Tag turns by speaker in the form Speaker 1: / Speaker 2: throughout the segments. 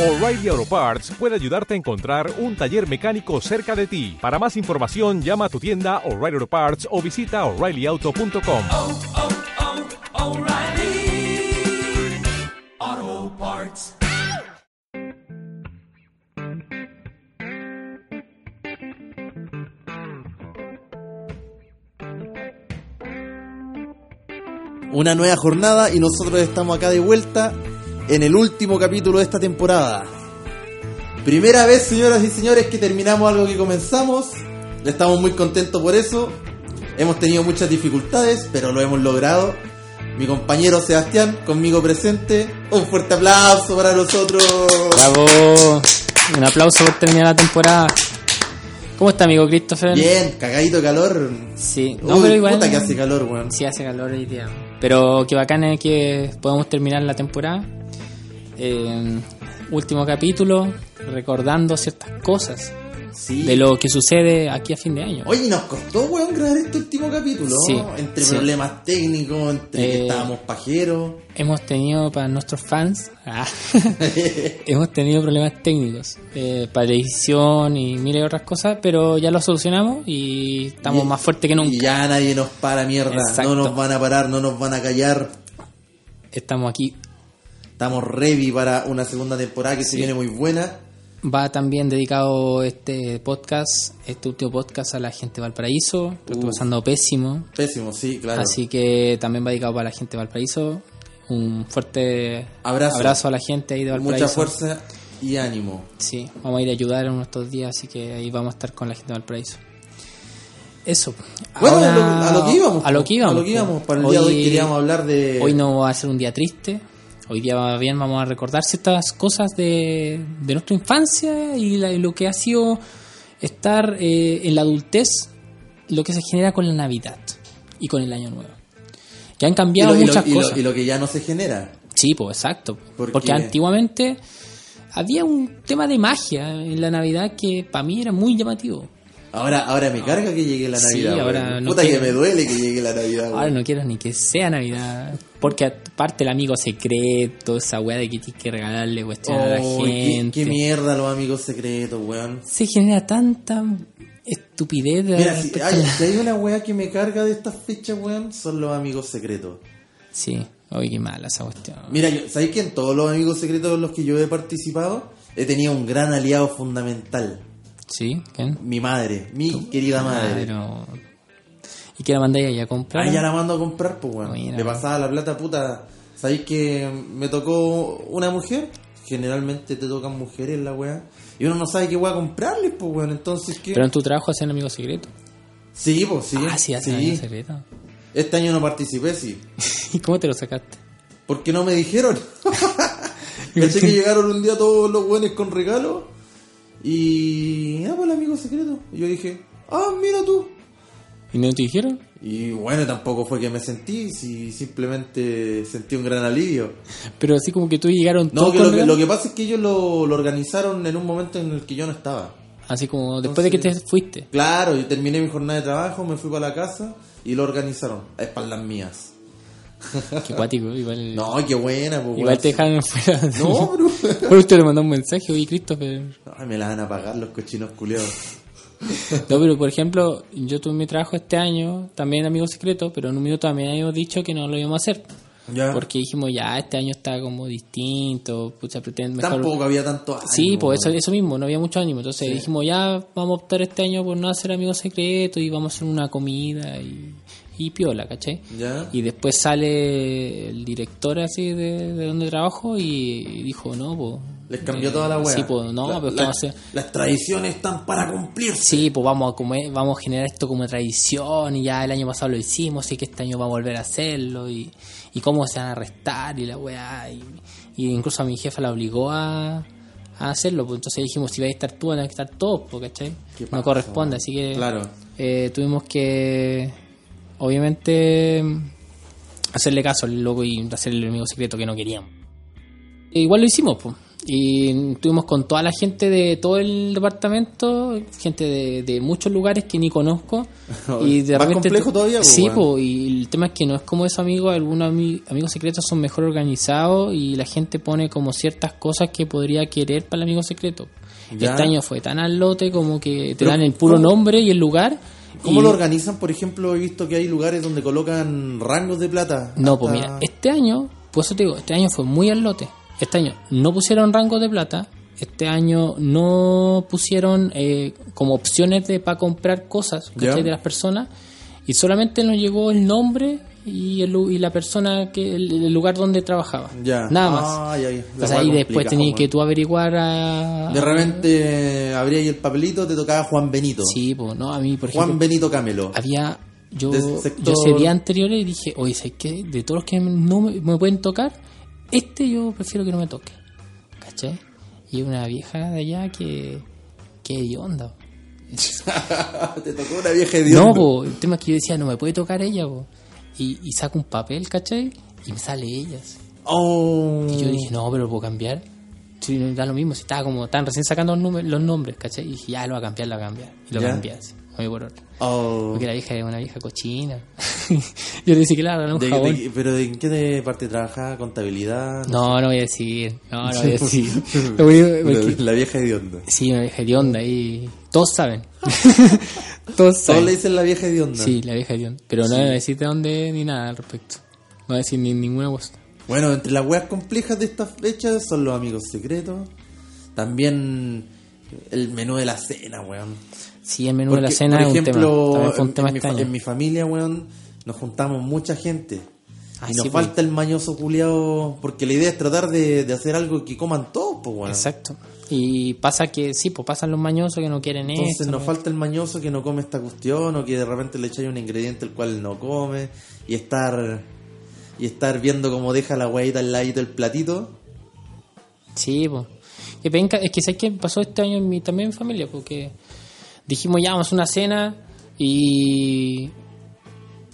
Speaker 1: O'Reilly Auto Parts puede ayudarte a encontrar un taller mecánico cerca de ti. Para más información, llama a tu tienda O'Reilly Auto Parts o visita oreillyauto.com.
Speaker 2: oh, oh, O'Reilly Auto Parts.
Speaker 3: una nueva jornada y nosotros estamos acá de vuelta en el último capítulo de esta temporada. Primera vez, señoras y señores, que terminamos algo que comenzamos. Estamos muy contentos por eso. Hemos tenido muchas dificultades, pero lo hemos logrado. Mi compañero Sebastián, conmigo presente. Un fuerte aplauso para nosotros.
Speaker 4: Bravo. Un aplauso por terminar la temporada. ¿Cómo está, amigo Christopher?
Speaker 3: Bien, cagadito de calor.
Speaker 4: Sí, no,
Speaker 3: Uy,
Speaker 4: pero igual.
Speaker 3: puta que hace calor, weón.
Speaker 4: Sí, hace calor hoy día. Pero qué bacán es que podemos terminar la temporada. Eh, último capítulo, recordando ciertas cosas
Speaker 3: Sí.
Speaker 4: de lo que sucede aquí a fin de año.
Speaker 3: Oye, nos costó, weón, grabar este último capítulo.
Speaker 4: Sí,
Speaker 3: ¿no? entre
Speaker 4: sí.
Speaker 3: problemas técnicos, entre que
Speaker 4: Eh,
Speaker 3: estábamos pajeros.
Speaker 4: Hemos tenido para nuestros fans. ah, hemos tenido problemas técnicos eh, para la edición y miles de otras cosas, pero ya lo solucionamos y estamos
Speaker 3: Y-
Speaker 4: más fuertes que nunca.
Speaker 3: Y ya nadie nos para, mierda.
Speaker 4: Exacto.
Speaker 3: No nos van a parar, no nos van a callar.
Speaker 4: Estamos aquí
Speaker 3: Estamos ready para una segunda temporada que se viene muy buena.
Speaker 4: Va también dedicado este podcast, este último podcast a la gente de Valparaíso. Lo estoy
Speaker 3: Uh.
Speaker 4: pasando pésimo.
Speaker 3: Pésimo, sí, claro.
Speaker 4: Así que también va dedicado para la gente de Valparaíso. Un fuerte
Speaker 3: Abrazo.
Speaker 4: a la gente ahí de Valparaíso.
Speaker 3: Mucha fuerza y ánimo.
Speaker 4: Sí, vamos a ir a ayudar en estos días, así que ahí vamos a estar con la gente de Valparaíso. Eso.
Speaker 3: Bueno,
Speaker 4: Ahora-
Speaker 3: a lo- a lo que íbamos.
Speaker 4: A lo que íbamos. pues.
Speaker 3: Para el día de hoy queríamos hablar de.
Speaker 4: Hoy no va a ser un día triste. Hoy día va bien, vamos a recordar ciertas cosas de, de nuestra infancia y la- lo que ha sido estar eh, en la adultez, lo que se genera con la Navidad y con el Año Nuevo. Que
Speaker 3: y
Speaker 4: han
Speaker 3: lo,
Speaker 4: cambiado
Speaker 3: y lo-
Speaker 4: muchas
Speaker 3: y lo-
Speaker 4: cosas.
Speaker 3: y lo que ya no se genera.
Speaker 4: Sí, pues exacto.
Speaker 3: ¿Por
Speaker 4: Porque
Speaker 3: qué?
Speaker 4: antiguamente había un tema de magia en la Navidad que para mí era muy llamativo.
Speaker 3: Ahora, ahora me carga que llegue la
Speaker 4: Sí,
Speaker 3: Navidad.
Speaker 4: ahora
Speaker 3: weón.
Speaker 4: no
Speaker 3: Puta que
Speaker 4: quiero-
Speaker 3: me duele que llegue la Navidad. weón.
Speaker 4: Ahora no quiero ni que sea Navidad. Porque aparte el amigo secreto, esa weá de que tienes que regalarle cuestiones a la
Speaker 3: Oh, qué-
Speaker 4: gente.
Speaker 3: Qué, mierda los amigos secretos, weón.
Speaker 4: Se genera tanta estupidez de
Speaker 3: Mira, si
Speaker 4: respecto a
Speaker 3: hay,
Speaker 4: la-
Speaker 3: si hay una weá que me carga de estas fechas, weón, son los amigos secretos.
Speaker 4: Sí, oye, qué mala esa cuestión.
Speaker 3: Mira, yo- ¿sabéis que en todos los amigos secretos en los que yo he participado, he tenido un gran aliado fundamental?
Speaker 4: ¿Sí? ¿Quién?
Speaker 3: Mi madre, mi querida madre.
Speaker 4: Pero- ¿Y qué la mandáis ahí a comprar?
Speaker 3: Ah, ya la mando a comprar, pues, weón.
Speaker 4: Mira.
Speaker 3: Le pasaba la plata puta. ¿Sabéis que me tocó una mujer? Generalmente te tocan mujeres la weá. Y uno no sabe qué weá comprarles, pues, weón. Entonces, ¿qué?
Speaker 4: Pero en tu trabajo hacen amigo secreto.
Speaker 3: Sí, pues, sí.
Speaker 4: ah, sí, hacen amigo secreto.
Speaker 3: Este año no participé, sí.
Speaker 4: ¿Y cómo te lo sacaste?
Speaker 3: Porque no me dijeron. Pensé que llegaron un día todos los buenos con regalo. Y. Ah, pues el amigo secreto. Y yo dije, ah, mira tú.
Speaker 4: ¿Y no te dijeron?
Speaker 3: Y bueno, tampoco fue que me sentí, si simplemente sentí un gran alivio.
Speaker 4: Pero así como que tú llegaron
Speaker 3: No,
Speaker 4: todos
Speaker 3: que
Speaker 4: con
Speaker 3: lo, que
Speaker 4: regalo.
Speaker 3: lo que pasa es que ellos lo, lo organizaron en un momento en el que yo no estaba.
Speaker 4: Así como después de que te
Speaker 3: Entonces-
Speaker 4: fuiste.
Speaker 3: Claro, yo terminé mi jornada de trabajo, me fui para la casa y lo organizaron a espaldas mías.
Speaker 4: Qué cuático, igual.
Speaker 3: No, qué buena, pues.
Speaker 4: Igual
Speaker 3: weón.
Speaker 4: te dejaron fuera.
Speaker 3: No, bro.
Speaker 4: Por usted le mandó un mensaje, oye, Christopher.
Speaker 3: Ay, me las van a pagar los cochinos culeados.
Speaker 4: No, pero por ejemplo, yo tuve mi trabajo este año, también amigo secreto, pero en un minuto también habíamos dicho que no lo íbamos a hacer.
Speaker 3: Ya.
Speaker 4: Porque dijimos, ya, este año está como distinto, pucha, pretende mejor.
Speaker 3: Tampoco había tanto ánimo.
Speaker 4: Sí, pues eso, eso mismo, no había mucho ánimo. Entonces dijimos, ya, vamos a optar este año por no hacer amigo secreto y vamos a hacer una comida y, y piola, ¿cachai?
Speaker 3: Ya.
Speaker 4: Y después sale el director así de, de donde trabajo y dijo, no, pues.
Speaker 3: Les cambió toda la weá.
Speaker 4: Sí, pues, no,
Speaker 3: La-
Speaker 4: pero
Speaker 3: la-
Speaker 4: ¿qué vamos a hacer?
Speaker 3: Las tradiciones están para cumplirse.
Speaker 4: Sí, pues vamos a comer, vamos a generar esto como tradición y ya el año pasado lo hicimos, así que este año va a volver a hacerlo y, y cómo se van a arrestar y la weá. Y, y incluso a mi jefa la obligó a, a hacerlo, pues entonces dijimos, si vais a estar tú, van a estar todos, pues, ¿cachai?
Speaker 3: Qué paja,
Speaker 4: No corresponde,
Speaker 3: weón.
Speaker 4: así que
Speaker 3: Claro.
Speaker 4: eh, tuvimos que, obviamente, hacerle caso al loco y hacerle el amigo secreto que no queríamos. E igual lo hicimos, pues. Y estuvimos con toda la gente de todo el departamento, gente de, de muchos lugares que ni conozco. y de
Speaker 3: Más
Speaker 4: repente
Speaker 3: complejo
Speaker 4: tú-
Speaker 3: todavía, pues,
Speaker 4: Sí,
Speaker 3: weón.
Speaker 4: po, y el tema es que no es como esos amigos, algunos ami- amigos secretos son mejor organizados y la gente pone como ciertas cosas que podría querer para el amigo secreto.
Speaker 3: Ya.
Speaker 4: Este año fue tan al lote como que te
Speaker 3: Pero,
Speaker 4: dan el puro
Speaker 3: ¿cómo?
Speaker 4: nombre y el lugar.
Speaker 3: ¿Cómo
Speaker 4: y-
Speaker 3: lo organizan? Por ejemplo, he visto que hay lugares donde colocan rangos de plata.
Speaker 4: No, pues
Speaker 3: Hasta-
Speaker 4: mira, este año, por eso te digo, este año fue muy al lote. Este año no pusieron rango de plata, este año no pusieron eh, como opciones de para comprar cosas ¿cachai?
Speaker 3: Ya.
Speaker 4: de las personas y solamente nos llegó el nombre y, el, lu- y la persona, que el, el lugar donde trabajaba.
Speaker 3: Ya.
Speaker 4: Nada más.
Speaker 3: Ah, ya, ya. La
Speaker 4: Entonces
Speaker 3: hueá
Speaker 4: ahí después
Speaker 3: complicada,
Speaker 4: tenías
Speaker 3: weón.
Speaker 4: que tú averiguar a...
Speaker 3: De repente abría ahí el papelito, te tocaba Juan Benito.
Speaker 4: Sí, pues no, a mí por ejemplo...
Speaker 3: Juan Benito Camelo.
Speaker 4: había yo
Speaker 3: Del sector-
Speaker 4: yo ese día anterior y dije oye sé que de todos los que no me, me pueden tocar este yo prefiero que no me toque ¿cachai? y una vieja de allá que que onda
Speaker 3: te tocó una vieja
Speaker 4: no pues.
Speaker 3: hedionda.
Speaker 4: po, el tema es que yo decía no me puede tocar ella po. y, y saco un papel ¿cachai? y me sale ella así.
Speaker 3: Oh.
Speaker 4: y yo dije no pero lo puedo cambiar Sí, da lo mismo si estaba como tan recién sacando los, nume- los nombres ¿cachai? y dije ya lo va a cambiar lo va a cambiar y lo
Speaker 3: Ya.
Speaker 4: cambié así muy por otro
Speaker 3: Oh.
Speaker 4: porque la vieja es una vieja cochina. Yo le dije, claro, no, un
Speaker 3: De- de-
Speaker 4: jabón.
Speaker 3: ¿Pero en qué de parte trabajaba? ¿Contabilidad?
Speaker 4: No, no voy a decir. No, no voy a decir. Lo voy a- porque-
Speaker 3: La vieja hedionda.
Speaker 4: Sí, una vieja hedionda y todos saben. todos
Speaker 3: Todos le
Speaker 4: saben.
Speaker 3: dicen la vieja hedionda.
Speaker 4: Sí, la vieja hedionda. Pero no voy a decir de dónde ni nada al respecto. No voy a decir ni ninguna cosa.
Speaker 3: Bueno, entre las weas complejas de estas fechas son los amigos secretos. También el menú de la cena, weón.
Speaker 4: Sí, el menú
Speaker 3: Porque,
Speaker 4: de la cena
Speaker 3: por
Speaker 4: es un tema.
Speaker 3: ejemplo,
Speaker 4: También fue un
Speaker 3: en-
Speaker 4: tema
Speaker 3: en, mi, fa-
Speaker 4: extraño.
Speaker 3: en mi familia, weón, nos juntamos mucha gente.
Speaker 4: Ah,
Speaker 3: y
Speaker 4: sí,
Speaker 3: nos
Speaker 4: pues.
Speaker 3: falta el mañoso culiado. Porque la idea es tratar de, de hacer algo que coman todos, pues, weón.
Speaker 4: Exacto. Y pasa que, sí, pues pasan los mañosos que no quieren
Speaker 3: Entonces
Speaker 4: esto,
Speaker 3: nos
Speaker 4: ¿no?
Speaker 3: falta el mañoso que no come esta cuestión o que de repente le echáis un ingrediente el cual no come y estar y estar viendo cómo deja la guaita al ladito el platito.
Speaker 4: Sí, pues. Que penca- es que sé que pasó este año en mi, también en mi familia, porque dijimos ya vamos a hacer una cena y.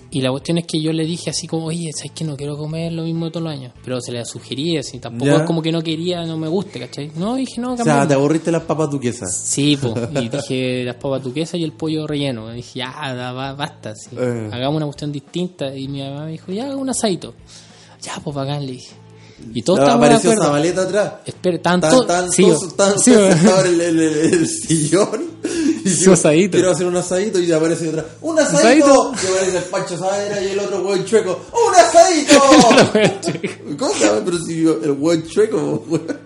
Speaker 4: Y la cuestión es que yo le dije así como, oye, ¿sabes que no quiero comer lo mismo de todos los años? Pero se le sugerí así, tampoco
Speaker 3: Ya.
Speaker 4: es como que no quería, no me guste, ¿cachai? No, dije, no,
Speaker 3: O sea,
Speaker 4: cambiamos.
Speaker 3: te aburriste las papas duquesas.
Speaker 4: Sí, pues. Y dije las papas tuquesas y el pollo relleno. Y dije, ya, da- ba- basta. sí.
Speaker 3: Eh.
Speaker 4: Hagamos una cuestión distinta. Y mi mamá me dijo, ya, haga un asadito. Ya, pues, bacán, le dije. Y todos
Speaker 3: Claro,
Speaker 4: estábamos de
Speaker 3: Ah, apareció
Speaker 4: acuerdo.
Speaker 3: Zabaleta atrás.
Speaker 4: Espera,
Speaker 3: Tan,
Speaker 4: tanto.
Speaker 3: tan,
Speaker 4: sí,
Speaker 3: todos- tan-
Speaker 4: sí,
Speaker 3: todos sentados en el, en el- en el sillón. Y
Speaker 4: Su
Speaker 3: yo,
Speaker 4: asadito.
Speaker 3: Quiero hacer un asadito y aparece otra. ¡Un asadito!
Speaker 4: asadito.
Speaker 3: Y aparece el Pancho Saavedra y el otro hueón chueco. ¡Un asadito! ¿Cómo se llama? Pero si yo- el hueón chueco, hueón.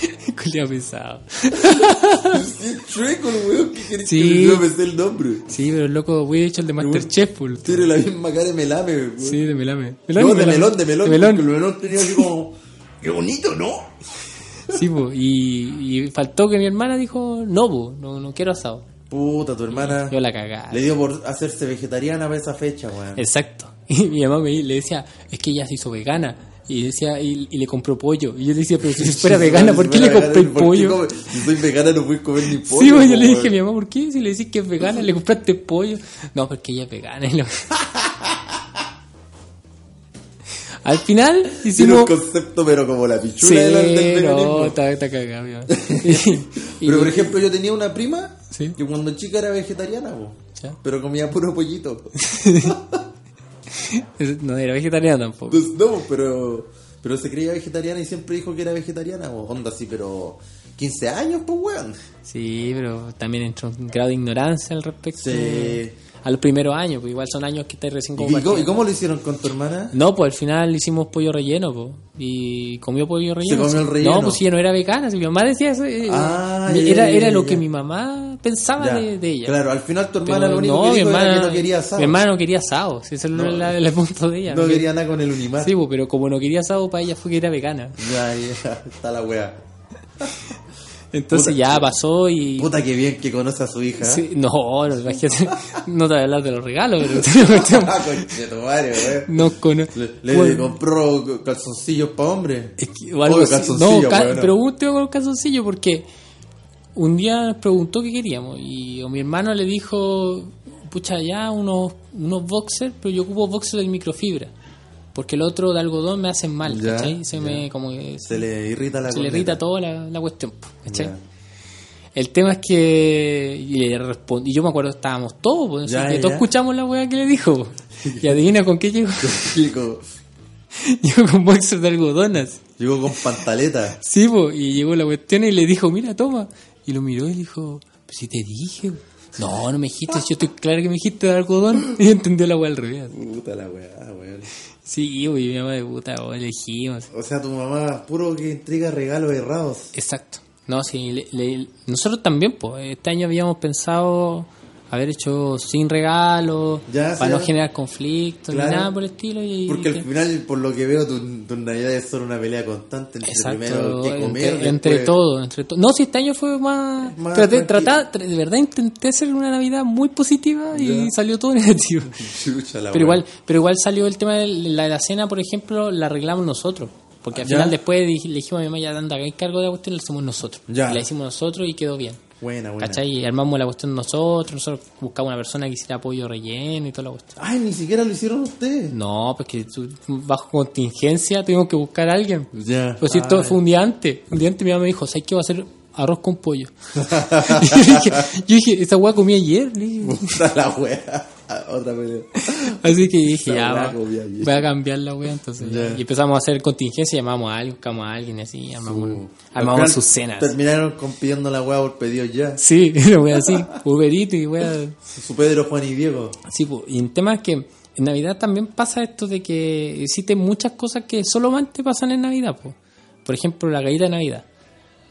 Speaker 4: Culeado pesado.
Speaker 3: Sí, chueco el hueón que querés
Speaker 4: Sí.
Speaker 3: que yo me sé el nombre.
Speaker 4: Sí, pero el loco, güey, hecho el de Masterchef, pul.
Speaker 3: Tiene la misma cara de melame, hueón.
Speaker 4: Sí, de melame.
Speaker 3: No, de
Speaker 4: Melame.
Speaker 3: melón, de melón.
Speaker 4: De melón.
Speaker 3: porque El melón tenía así como. ¡Qué bonito, ¿no?
Speaker 4: Sí, po. Y, y faltó que mi hermana dijo, no, po, no, no quiero asado.
Speaker 3: Puta, tu hermana.
Speaker 4: Yo la cagaba.
Speaker 3: Le dio por hacerse vegetariana para esa fecha, weón.
Speaker 4: Exacto. Y mi mamá me le decía, es que ella se hizo vegana. Y decía, y, y le compró pollo. Y yo le decía, pero si fuera vegana, ¿por qué
Speaker 3: Si
Speaker 4: le
Speaker 3: fuera
Speaker 4: compré
Speaker 3: vegana, ¿por qué
Speaker 4: pollo?
Speaker 3: come- Si soy vegana no puedes comer ni pollo.
Speaker 4: Sí, güey, yo le
Speaker 3: po,
Speaker 4: dije a mi
Speaker 3: weón.
Speaker 4: mamá, ¿por qué? Si le decís que es vegana, le compraste pollo. No, porque ella es vegana. y lo- Al final
Speaker 3: Tiene un
Speaker 4: hicimos...
Speaker 3: concepto, pero como la pichula
Speaker 4: Sí,
Speaker 3: del, del veganismo.
Speaker 4: no, está, está cagado, mi mamá. Y- y-
Speaker 3: Pero por ejemplo, yo tenía una prima
Speaker 4: Sí.
Speaker 3: que cuando chica era vegetariana, po,
Speaker 4: Ya.
Speaker 3: pero comía puro pollito.
Speaker 4: No era vegetariana tampoco.
Speaker 3: Entonces, no, pero, pero se creía vegetariana y siempre dijo que era vegetariana. po. Onda, sí, pero 15 años, pues, weón.
Speaker 4: Sí, pero también entró un grado de ignorancia al respecto.
Speaker 3: Sí.
Speaker 4: A los primeros años, pues igual son años que estás recién como
Speaker 3: ¿Y, cómo, y
Speaker 4: partiendo.
Speaker 3: cómo lo hicieron con tu hermana?
Speaker 4: No, pues al final hicimos pollo relleno, pues. Y comió pollo relleno.
Speaker 3: comió
Speaker 4: sí.
Speaker 3: el relleno.
Speaker 4: No, pues si ella no era vegana, si mi mamá decía eso. eh,
Speaker 3: Ah,
Speaker 4: mi-
Speaker 3: ya,
Speaker 4: era,
Speaker 3: ya, ya,
Speaker 4: era lo
Speaker 3: ya.
Speaker 4: que mi mamá pensaba
Speaker 3: Ya.
Speaker 4: de, de ella.
Speaker 3: Claro, al final tu hermana
Speaker 4: Pero
Speaker 3: lo único
Speaker 4: no,
Speaker 3: que
Speaker 4: mi
Speaker 3: dijo
Speaker 4: hermana,
Speaker 3: era que no quería asado.
Speaker 4: Mi hermana no quería asado, si eso no,
Speaker 3: No.
Speaker 4: era el punto de ella.
Speaker 3: no
Speaker 4: no
Speaker 3: quería nada con el unimar.
Speaker 4: Sí, pues, pero como no quería asado, para ella fue que era vegana.
Speaker 3: Ya, ya, está la wea.
Speaker 4: Entonces
Speaker 3: Puta.
Speaker 4: ya pasó y.
Speaker 3: Puta que bien que conoce a su hija.
Speaker 4: Sí, no, no, imagínate, no te voy a hablar de los regalos, pero
Speaker 3: Ah, conchetumare, weón.
Speaker 4: no cono-
Speaker 3: Le, le
Speaker 4: Bueno,
Speaker 3: compró calzoncillos para hombre.
Speaker 4: es que- o algo
Speaker 3: Obvio,
Speaker 4: así.
Speaker 3: calzoncillo,
Speaker 4: No, ca-
Speaker 3: weón.
Speaker 4: pero hubo un tema con el calzoncillo porque un día nos preguntó qué queríamos y o mi hermano le dijo, pucha, ya unos, unos boxers, pero yo ocupo boxers de microfibra. Porque el otro de algodón me hacen mal,
Speaker 3: Ya,
Speaker 4: ¿cachai? Se
Speaker 3: ya.
Speaker 4: me como que-
Speaker 3: Se le irrita la
Speaker 4: se le
Speaker 3: corneta.
Speaker 4: irrita toda la, la cuestión, po, ¿cachai?
Speaker 3: Ya.
Speaker 4: El tema es que y le respondí, y yo me acuerdo estábamos todos, po, así
Speaker 3: Ya,
Speaker 4: que
Speaker 3: ya.
Speaker 4: todos escuchamos la weá que le dijo. po. Y adivina con qué llegó.
Speaker 3: Llegó,
Speaker 4: llegó con boxers de algodonas.
Speaker 3: llegó con pantaleta.
Speaker 4: Sí, po, y llegó la cuestión y le dijo, mira, toma. Y lo miró y le dijo, pues si te dije. po". No, no me dijiste, yo estoy claro que me dijiste de algodón. Y entendió la weá al revés.
Speaker 3: Puta la weá, weón.
Speaker 4: Sí, po, y mi mamá de puta, po, elegimos.
Speaker 3: O sea, tu mamá, puro que entrega regalos errados.
Speaker 4: Exacto. No, sí, le- le- nosotros también, pues, este año habíamos pensado haber hecho sin regalo,
Speaker 3: Ya,
Speaker 4: para
Speaker 3: sí,
Speaker 4: no
Speaker 3: ya.
Speaker 4: generar conflictos,
Speaker 3: Claro.
Speaker 4: ni nada por el estilo. Y,
Speaker 3: Porque
Speaker 4: y-
Speaker 3: al final, por lo que veo, tus tu navidades son una pelea constante entre
Speaker 4: Exacto,
Speaker 3: primero qué comer.
Speaker 4: entre, entre
Speaker 3: después-
Speaker 4: todo, entre todo. No, si este año fue más...
Speaker 3: Más
Speaker 4: traté,
Speaker 3: tranquilo.
Speaker 4: tratar- tra- de verdad intenté hacer una Navidad muy positiva y
Speaker 3: Ya.
Speaker 4: salió todo negativo.
Speaker 3: Chucha la
Speaker 4: Pero
Speaker 3: weá.
Speaker 4: igual, pero igual salió el tema de la, de la cena, por ejemplo, la arreglamos nosotros. Porque al
Speaker 3: Ya.
Speaker 4: final después dij- le dijimos a mi mamá, ya anda, hagáis cargo de la cuestión, la hicimos nosotros.
Speaker 3: Ya.
Speaker 4: Y La hicimos nosotros y quedó bien.
Speaker 3: Buena, buena.
Speaker 4: ¿Cachai? Y armamos la cuestión nosotros, nosotros buscamos una persona que hiciera apoyo relleno y toda la cuestión.
Speaker 3: Ay, ni siquiera lo hicieron ustedes.
Speaker 4: No, pues que tú- bajo contingencia tuvimos que buscar a alguien.
Speaker 3: Ya.
Speaker 4: Pues si
Speaker 3: Ah,
Speaker 4: esto fue un día antes, un día antes mi mamá me dijo, ¿sabes qué va a hacer arroz con pollo? Y yo, dije, yo dije, esa hueá comí ayer, le dije.
Speaker 3: Ah. Puta la weá. Otra pelea.
Speaker 4: Así que dije,
Speaker 3: Esa
Speaker 4: ya,
Speaker 3: weá
Speaker 4: va,
Speaker 3: comí ayer".
Speaker 4: voy a cambiar la wea entonces.
Speaker 3: Ya.
Speaker 4: Y empezamos a hacer contingencia, llamamos a alguien, buscamos a alguien, así, armamos, armamos
Speaker 3: Al final
Speaker 4: sus cenas.
Speaker 3: Terminaron compitiendo la weá por pedidos ya.
Speaker 4: Sí, una wea así, Uberito y wea.
Speaker 3: Su Pedro, Juan y Diego.
Speaker 4: Sí, po, y el tema es que en Navidad también pasa esto de que existen muchas cosas que solamente pasan en Navidad. po. Por ejemplo, la galleta de Navidad.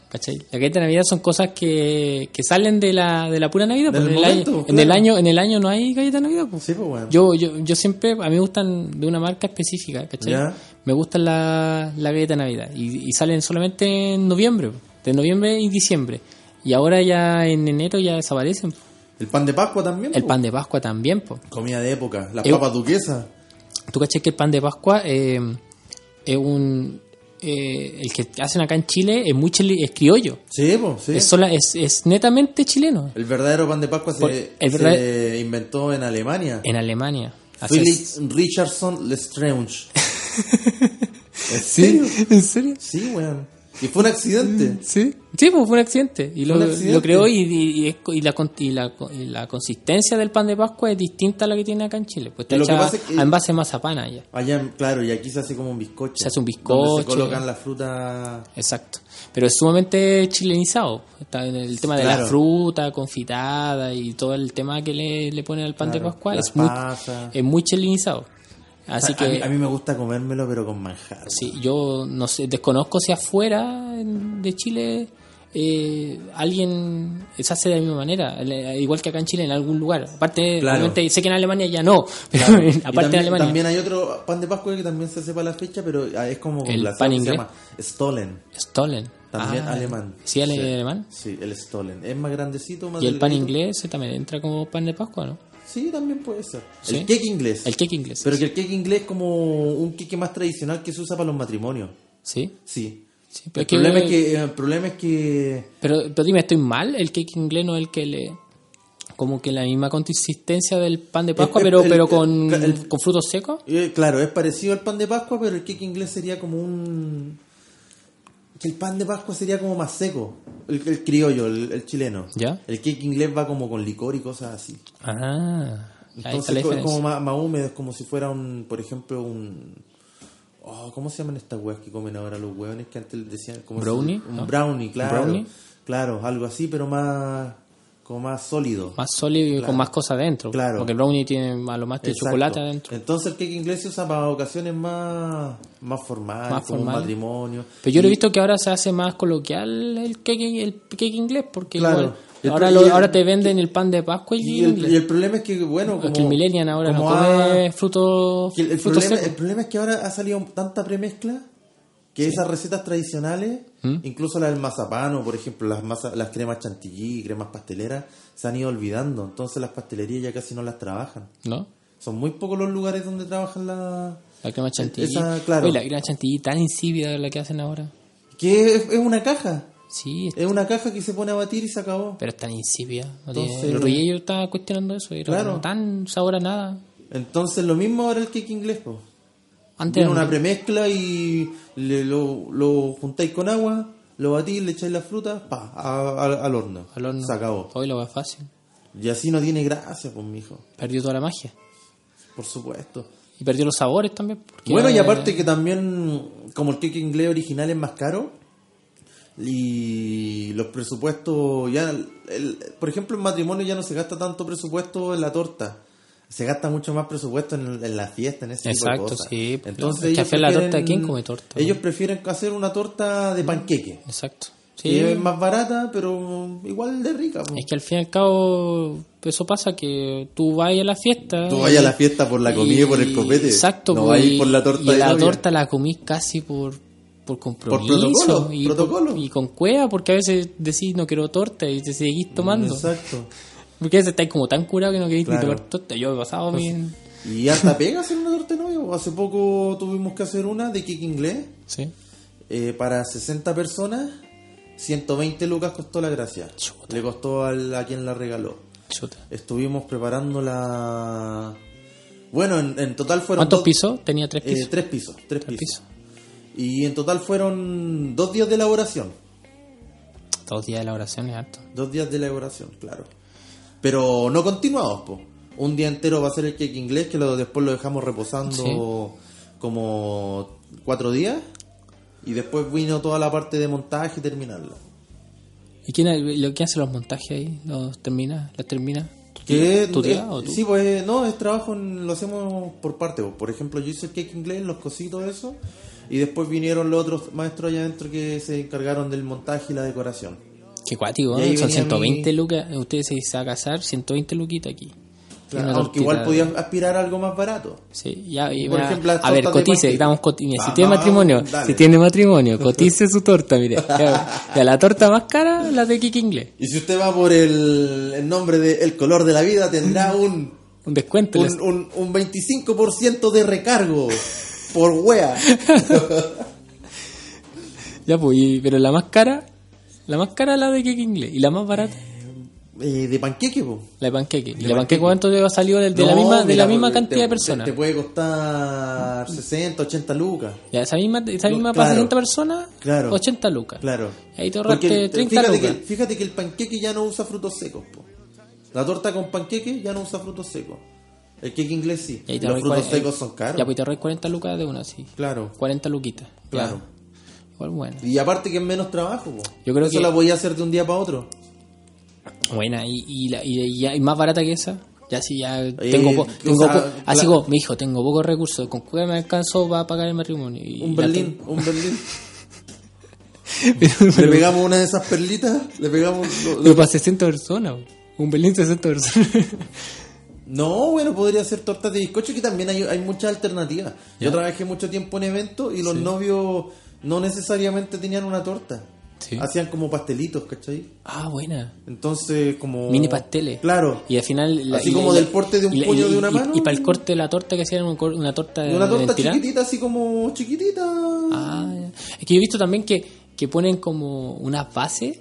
Speaker 4: ¿Cachai? La galleta de Navidad son cosas que, que salen de la, de la pura Navidad. po.
Speaker 3: Del
Speaker 4: en, el
Speaker 3: momento,
Speaker 4: año,
Speaker 3: claro.
Speaker 4: en, el año, en el año no hay galleta de Navidad. po.
Speaker 3: Sí, pues weón.
Speaker 4: Yo, yo, yo siempre, a mí me gustan de una marca específica, ¿cachai?
Speaker 3: Ya.
Speaker 4: Me gustan la, la galleta de Navidad y, y salen solamente en noviembre, po. de noviembre y diciembre. Y ahora ya en enero ya desaparecen. po.
Speaker 3: El pan de Pascua también.
Speaker 4: El
Speaker 3: po.
Speaker 4: pan de Pascua también, pues.
Speaker 3: Comida de época. Las
Speaker 4: Eu-
Speaker 3: papas duquesas.
Speaker 4: ¿Tú caché que el pan de Pascua eh, es un. eh, el que hacen acá en Chile es muy chile, es criollo.
Speaker 3: Sí, pues, sí.
Speaker 4: Es, sola- es, es netamente chileno.
Speaker 3: El verdadero pan de Pascua
Speaker 4: Por-
Speaker 3: se,
Speaker 4: el
Speaker 3: se
Speaker 4: verdad-
Speaker 3: inventó en Alemania.
Speaker 4: En Alemania. Así es.
Speaker 3: Felix Richardson Lestrange. ¿En serio?
Speaker 4: ¿En serio?
Speaker 3: Sí, weón. Y fue un accidente.
Speaker 4: Sí. Sí, pues fue un accidente. Y lo,
Speaker 3: Fue un accidente.
Speaker 4: lo creó y, y- y es co- y la, con- y la co- y la consistencia del pan de Pascua es distinta a la que tiene acá en Chile. Pues está
Speaker 3: Lo que
Speaker 4: hecha
Speaker 3: pasa es que-
Speaker 4: a envase de mazapán allá.
Speaker 3: Allá, en- claro, y aquí se hace como un bizcocho.
Speaker 4: Se hace un
Speaker 3: Donde
Speaker 4: bizcocho.
Speaker 3: se colocan las frutas.
Speaker 4: Exacto. Pero es sumamente chilenizado. Está en el tema de
Speaker 3: Claro.
Speaker 4: la fruta confitada y todo el tema que le, le ponen al pan
Speaker 3: Claro,
Speaker 4: de Pascua.
Speaker 3: las
Speaker 4: Es muy,
Speaker 3: pasas.
Speaker 4: es muy chilenizado. Así
Speaker 3: A-
Speaker 4: que,
Speaker 3: a, mí, a mí me gusta comérmelo, pero con manjar.
Speaker 4: sí, yo no sé, desconozco si afuera en- de Chile eh, alguien se hace de la misma manera, le- igual que acá en Chile, en algún lugar. Aparte,
Speaker 3: Claro.
Speaker 4: obviamente, sé que en Alemania ya no, pero
Speaker 3: Claro. Y
Speaker 4: aparte en
Speaker 3: también,
Speaker 4: Alemania.
Speaker 3: también hay otro pan de Pascua que también se hace para la fecha, pero ah, es como con
Speaker 4: El
Speaker 3: glaseado,
Speaker 4: pan
Speaker 3: que
Speaker 4: inglés.
Speaker 3: Se llama Stollen.
Speaker 4: Stollen.
Speaker 3: También
Speaker 4: Ah,
Speaker 3: alemán.
Speaker 4: Sí, ale- alemán.
Speaker 3: Sí, el Stollen. Es más grandecito, más
Speaker 4: Y el pan
Speaker 3: delgadito.
Speaker 4: inglés eh, también entra como pan de Pascua, ¿no?
Speaker 3: Sí, también puede ser.
Speaker 4: Sí.
Speaker 3: El cake inglés.
Speaker 4: El cake inglés.
Speaker 3: Pero que el cake inglés es como un cake más tradicional que se usa para los matrimonios.
Speaker 4: Sí.
Speaker 3: Sí.
Speaker 4: Sí,
Speaker 3: El,
Speaker 4: pero, que-
Speaker 3: problema es que, eh, el problema es que...
Speaker 4: pero, pero dime, ¿estoy mal? El cake inglés no es el que le... Como que la misma consistencia del pan de Pascua,
Speaker 3: El-
Speaker 4: pero,
Speaker 3: el-
Speaker 4: pero
Speaker 3: el-
Speaker 4: con,
Speaker 3: el-
Speaker 4: con frutos secos.
Speaker 3: eh, claro, es parecido al pan de Pascua, pero el cake inglés sería como un... Que el pan de Pascua sería como más seco. El, el criollo, el, el chileno.
Speaker 4: Ya.
Speaker 3: El cake inglés va como con licor y cosas así.
Speaker 4: Ah, ahí está la
Speaker 3: Entonces co- es como
Speaker 4: diferencia.
Speaker 3: más, más húmedo, es como si fuera un, por ejemplo, un... oh, ¿Cómo se llaman estas weas que comen ahora los hueones que antes les decían? Como
Speaker 4: ¿Brownie?
Speaker 3: si- un
Speaker 4: ¿No?
Speaker 3: brownie, claro.
Speaker 4: brownie?
Speaker 3: Claro, algo así, pero más... Como más sólido.
Speaker 4: Más sólido y con más cosas adentro.
Speaker 3: Claro.
Speaker 4: Porque el brownie tiene a lo más de
Speaker 3: Exacto.
Speaker 4: chocolate adentro.
Speaker 3: Entonces el cake inglés se usa para ocasiones más, más formales,
Speaker 4: Más
Speaker 3: como
Speaker 4: formales.
Speaker 3: un matrimonio.
Speaker 4: Pero yo lo he
Speaker 3: Y-
Speaker 4: visto que ahora se hace más coloquial el cake, el cake inglés, porque
Speaker 3: Claro.
Speaker 4: igual
Speaker 3: El-
Speaker 4: ahora,
Speaker 3: y
Speaker 4: lo-
Speaker 3: el-
Speaker 4: ahora te venden el pan de Pascua y,
Speaker 3: Y el, y el problema es que, bueno, como...
Speaker 4: que el millennial ahora no
Speaker 3: como
Speaker 4: come
Speaker 3: ha-
Speaker 4: frutos
Speaker 3: Que el, el
Speaker 4: frutos
Speaker 3: problema, el
Speaker 4: secos.
Speaker 3: problema es que ahora ha salido tanta premezcla que esas recetas tradicionales,
Speaker 4: ¿Mm?
Speaker 3: incluso las del mazapán o por ejemplo las, masa- las cremas chantilly, cremas pasteleras, se han ido olvidando. Entonces las pastelerías ya casi no las trabajan.
Speaker 4: ¿No?
Speaker 3: Son muy pocos los lugares donde trabajan la...
Speaker 4: La crema chantilly.
Speaker 3: E-, Esa, claro.
Speaker 4: Oye, la crema chantilly tan insípida la que hacen ahora.
Speaker 3: Que es, es una caja.
Speaker 4: Sí, es-
Speaker 3: Es una caja que se pone a batir y se acabó.
Speaker 4: pero es tan insípida. No
Speaker 3: Entonces-
Speaker 4: tiene- el Rogelio estaba cuestionando eso. Era
Speaker 3: Claro.
Speaker 4: como tan sabor a nada.
Speaker 3: Entonces lo mismo ahora el cake inglés. po.
Speaker 4: Antes
Speaker 3: Tiene
Speaker 4: era
Speaker 3: una
Speaker 4: un-
Speaker 3: premezcla y le- lo, lo juntáis con agua, lo batís, le echáis las frutas, pa, a- a- al horno.
Speaker 4: al horno.
Speaker 3: Se acabó.
Speaker 4: Hoy lo va fácil.
Speaker 3: Y así no tiene gracia, pues, mijo.
Speaker 4: Perdió toda la magia.
Speaker 3: Por supuesto.
Speaker 4: Y perdió los sabores también. porque
Speaker 3: Bueno, y
Speaker 4: era-
Speaker 3: aparte que también, como el cake inglés original es más caro, y los presupuestos ya, el- por ejemplo, en matrimonio ya no se gasta tanto presupuesto en la torta. Se gasta mucho más presupuesto en, en la fiesta, en ese tipo de
Speaker 4: Exacto,
Speaker 3: cosas.
Speaker 4: sí, pues,
Speaker 3: Entonces,
Speaker 4: es que
Speaker 3: ellos
Speaker 4: hacer la torta,
Speaker 3: prefieren-
Speaker 4: ¿quién come torta?
Speaker 3: Ellos prefieren hacer una torta de panqueque.
Speaker 4: Exacto.
Speaker 3: Que
Speaker 4: Sí,
Speaker 3: es más barata, pero igual de rica. pues. po.
Speaker 4: es que al fin y al cabo eso pasa que tú vas a la fiesta.
Speaker 3: Tú vas a la fiesta por la comida y por el copete.
Speaker 4: Exacto,
Speaker 3: No
Speaker 4: pues,
Speaker 3: vas
Speaker 4: y-
Speaker 3: por la torta
Speaker 4: Y
Speaker 3: de
Speaker 4: la
Speaker 3: novia.
Speaker 4: torta la comís casi por, por compromiso.
Speaker 3: protocolo,
Speaker 4: y,
Speaker 3: protocolo.
Speaker 4: y con cueva, porque a veces decís no quiero torta y te seguís tomando.
Speaker 3: Mm, Exacto.
Speaker 4: Porque a veces estáis como tan curado que no queréis
Speaker 3: Claro.
Speaker 4: ni tomar torta. Yo he pasado bien.
Speaker 3: Y hasta pega hacer una torta de novio. Hace poco tuvimos que hacer una de kick inglés
Speaker 4: Sí.
Speaker 3: eh, para 60 personas. 120 lucas costó la gracia.
Speaker 4: Chuta.
Speaker 3: Le costó al- a quien la regaló.
Speaker 4: Chuta.
Speaker 3: Estuvimos preparando la... Bueno, en, en total fueron...
Speaker 4: ¿Cuántos
Speaker 3: dos-
Speaker 4: pisos? Tenía tres
Speaker 3: eh,
Speaker 4: pisos.
Speaker 3: tres pisos. Tres
Speaker 4: Tres
Speaker 3: pisos. Y en total fueron dos días de elaboración.
Speaker 4: Dos días de elaboración es harto.
Speaker 3: Dos días de elaboración, claro. Pero no continuados, po. Un día entero va a ser el cake inglés, que lo, después lo dejamos reposando como cuatro días. Y después vino toda la parte de montaje y terminarlo.
Speaker 4: ¿Y quién, lo, quién hace los montajes ahí? ¿Los termina? ¿Las termina?
Speaker 3: Que
Speaker 4: ¿Tu tía
Speaker 3: eh,
Speaker 4: o tú?
Speaker 3: Sí, pues no, es trabajo, en- lo hacemos por parte. po. Por ejemplo, yo hice el cake inglés, los cositos, eso. Y después vinieron los otros maestros allá adentro que se encargaron del montaje y la decoración.
Speaker 4: Qué cuático,
Speaker 3: Y ahí
Speaker 4: ¿eh? Son
Speaker 3: venía
Speaker 4: 120
Speaker 3: mi-
Speaker 4: lucas. Usted se va a casar, 120 luquitas aquí. Y
Speaker 3: Claro,
Speaker 4: una
Speaker 3: aunque igual
Speaker 4: tortita-
Speaker 3: podías aspirar a algo más barato.
Speaker 4: Sí, ya, y
Speaker 3: Por
Speaker 4: va-
Speaker 3: ejemplo, las
Speaker 4: a ver,
Speaker 3: tortas de
Speaker 4: cotice,
Speaker 3: pastel.
Speaker 4: damos coti- mira,
Speaker 3: Ah,
Speaker 4: si tiene matrimonio,
Speaker 3: dale.
Speaker 4: si tiene matrimonio, cotice su torta, mire. Ya, ya, la torta más cara, la de Kiki Inglés.
Speaker 3: Y si usted va por el, el nombre de El color de la vida, tendrá
Speaker 4: Mm.
Speaker 3: un,
Speaker 4: Un descuento. les-
Speaker 3: un, un, un 25% de recargo por wea.
Speaker 4: Ya, pues, y- pero la más cara, la más cara la de Kiki Inglés. Y la más barata,
Speaker 3: Eh, de panqueque, po.
Speaker 4: la de panqueque.
Speaker 3: de
Speaker 4: ¿Y la panqueque
Speaker 3: panqueque.
Speaker 4: cuánto le ha salido de, de la
Speaker 3: No,
Speaker 4: misma, de
Speaker 3: mira,
Speaker 4: la misma
Speaker 3: te-
Speaker 4: cantidad de
Speaker 3: te-
Speaker 4: personas?
Speaker 3: Te, puede costar 60, 80 lucas.
Speaker 4: Ya, esa misma, esa misma
Speaker 3: Claro.
Speaker 4: para 60 personas,
Speaker 3: Claro.
Speaker 4: 80 lucas.
Speaker 3: Claro.
Speaker 4: Ahí te ahorraste
Speaker 3: Porque, eh,
Speaker 4: 30
Speaker 3: fíjate
Speaker 4: lucas.
Speaker 3: Que, fíjate que el panqueque ya no usa frutos secos, po. La torta con panqueque ya no usa frutos secos. El cake inglés sí.
Speaker 4: Y ahí te
Speaker 3: Los
Speaker 4: ahorras
Speaker 3: frutos
Speaker 4: cuaren-
Speaker 3: secos son caros.
Speaker 4: Ya, pues te ahorras 40 lucas de una, sí.
Speaker 3: Claro.
Speaker 4: 40 luquitas. ya.
Speaker 3: Claro.
Speaker 4: Igual bueno.
Speaker 3: Y aparte que es menos trabajo, po.
Speaker 4: Yo creo
Speaker 3: Eso
Speaker 4: que-
Speaker 3: la voy a hacer de un día para otro.
Speaker 4: Buena, y, y, la- y- y ya- y más barata que esa. Ya sí, ya tengo, po-
Speaker 3: o
Speaker 4: tengo
Speaker 3: sea,
Speaker 4: po-
Speaker 3: claro.
Speaker 4: Así como, me dijo, tengo pocos recursos. ¿Con cuál me alcanzó para pagar el matrimonio? Y
Speaker 3: Un
Speaker 4: la
Speaker 3: Berlín, un Berlín.
Speaker 4: to- pero,
Speaker 3: Le pegamos una de esas perlitas, le pegamos... lo- lo-
Speaker 4: pero para 60 personas. bo. Un Berlín 60 personas.
Speaker 3: No, bueno, podría ser tortas de bizcocho, que también hay, hay muchas alternativas. Yo trabajé mucho tiempo en eventos y los novios no necesariamente tenían una torta.
Speaker 4: Sí.
Speaker 3: Hacían como pastelitos, ¿cachai?
Speaker 4: ah, buena.
Speaker 3: Entonces, como...
Speaker 4: Mini pasteles.
Speaker 3: Claro.
Speaker 4: Y al final.
Speaker 3: Así
Speaker 4: y
Speaker 3: como del porte de un
Speaker 4: y la-
Speaker 3: puño
Speaker 4: y-
Speaker 3: de una
Speaker 4: y-
Speaker 3: mano.
Speaker 4: Y, para el corte de la torta que hacían un cor- una torta de.
Speaker 3: Una torta
Speaker 4: mentira.
Speaker 3: chiquitita, así como chiquitita.
Speaker 4: Ah, ya. es que yo he visto también que, que ponen como unas bases,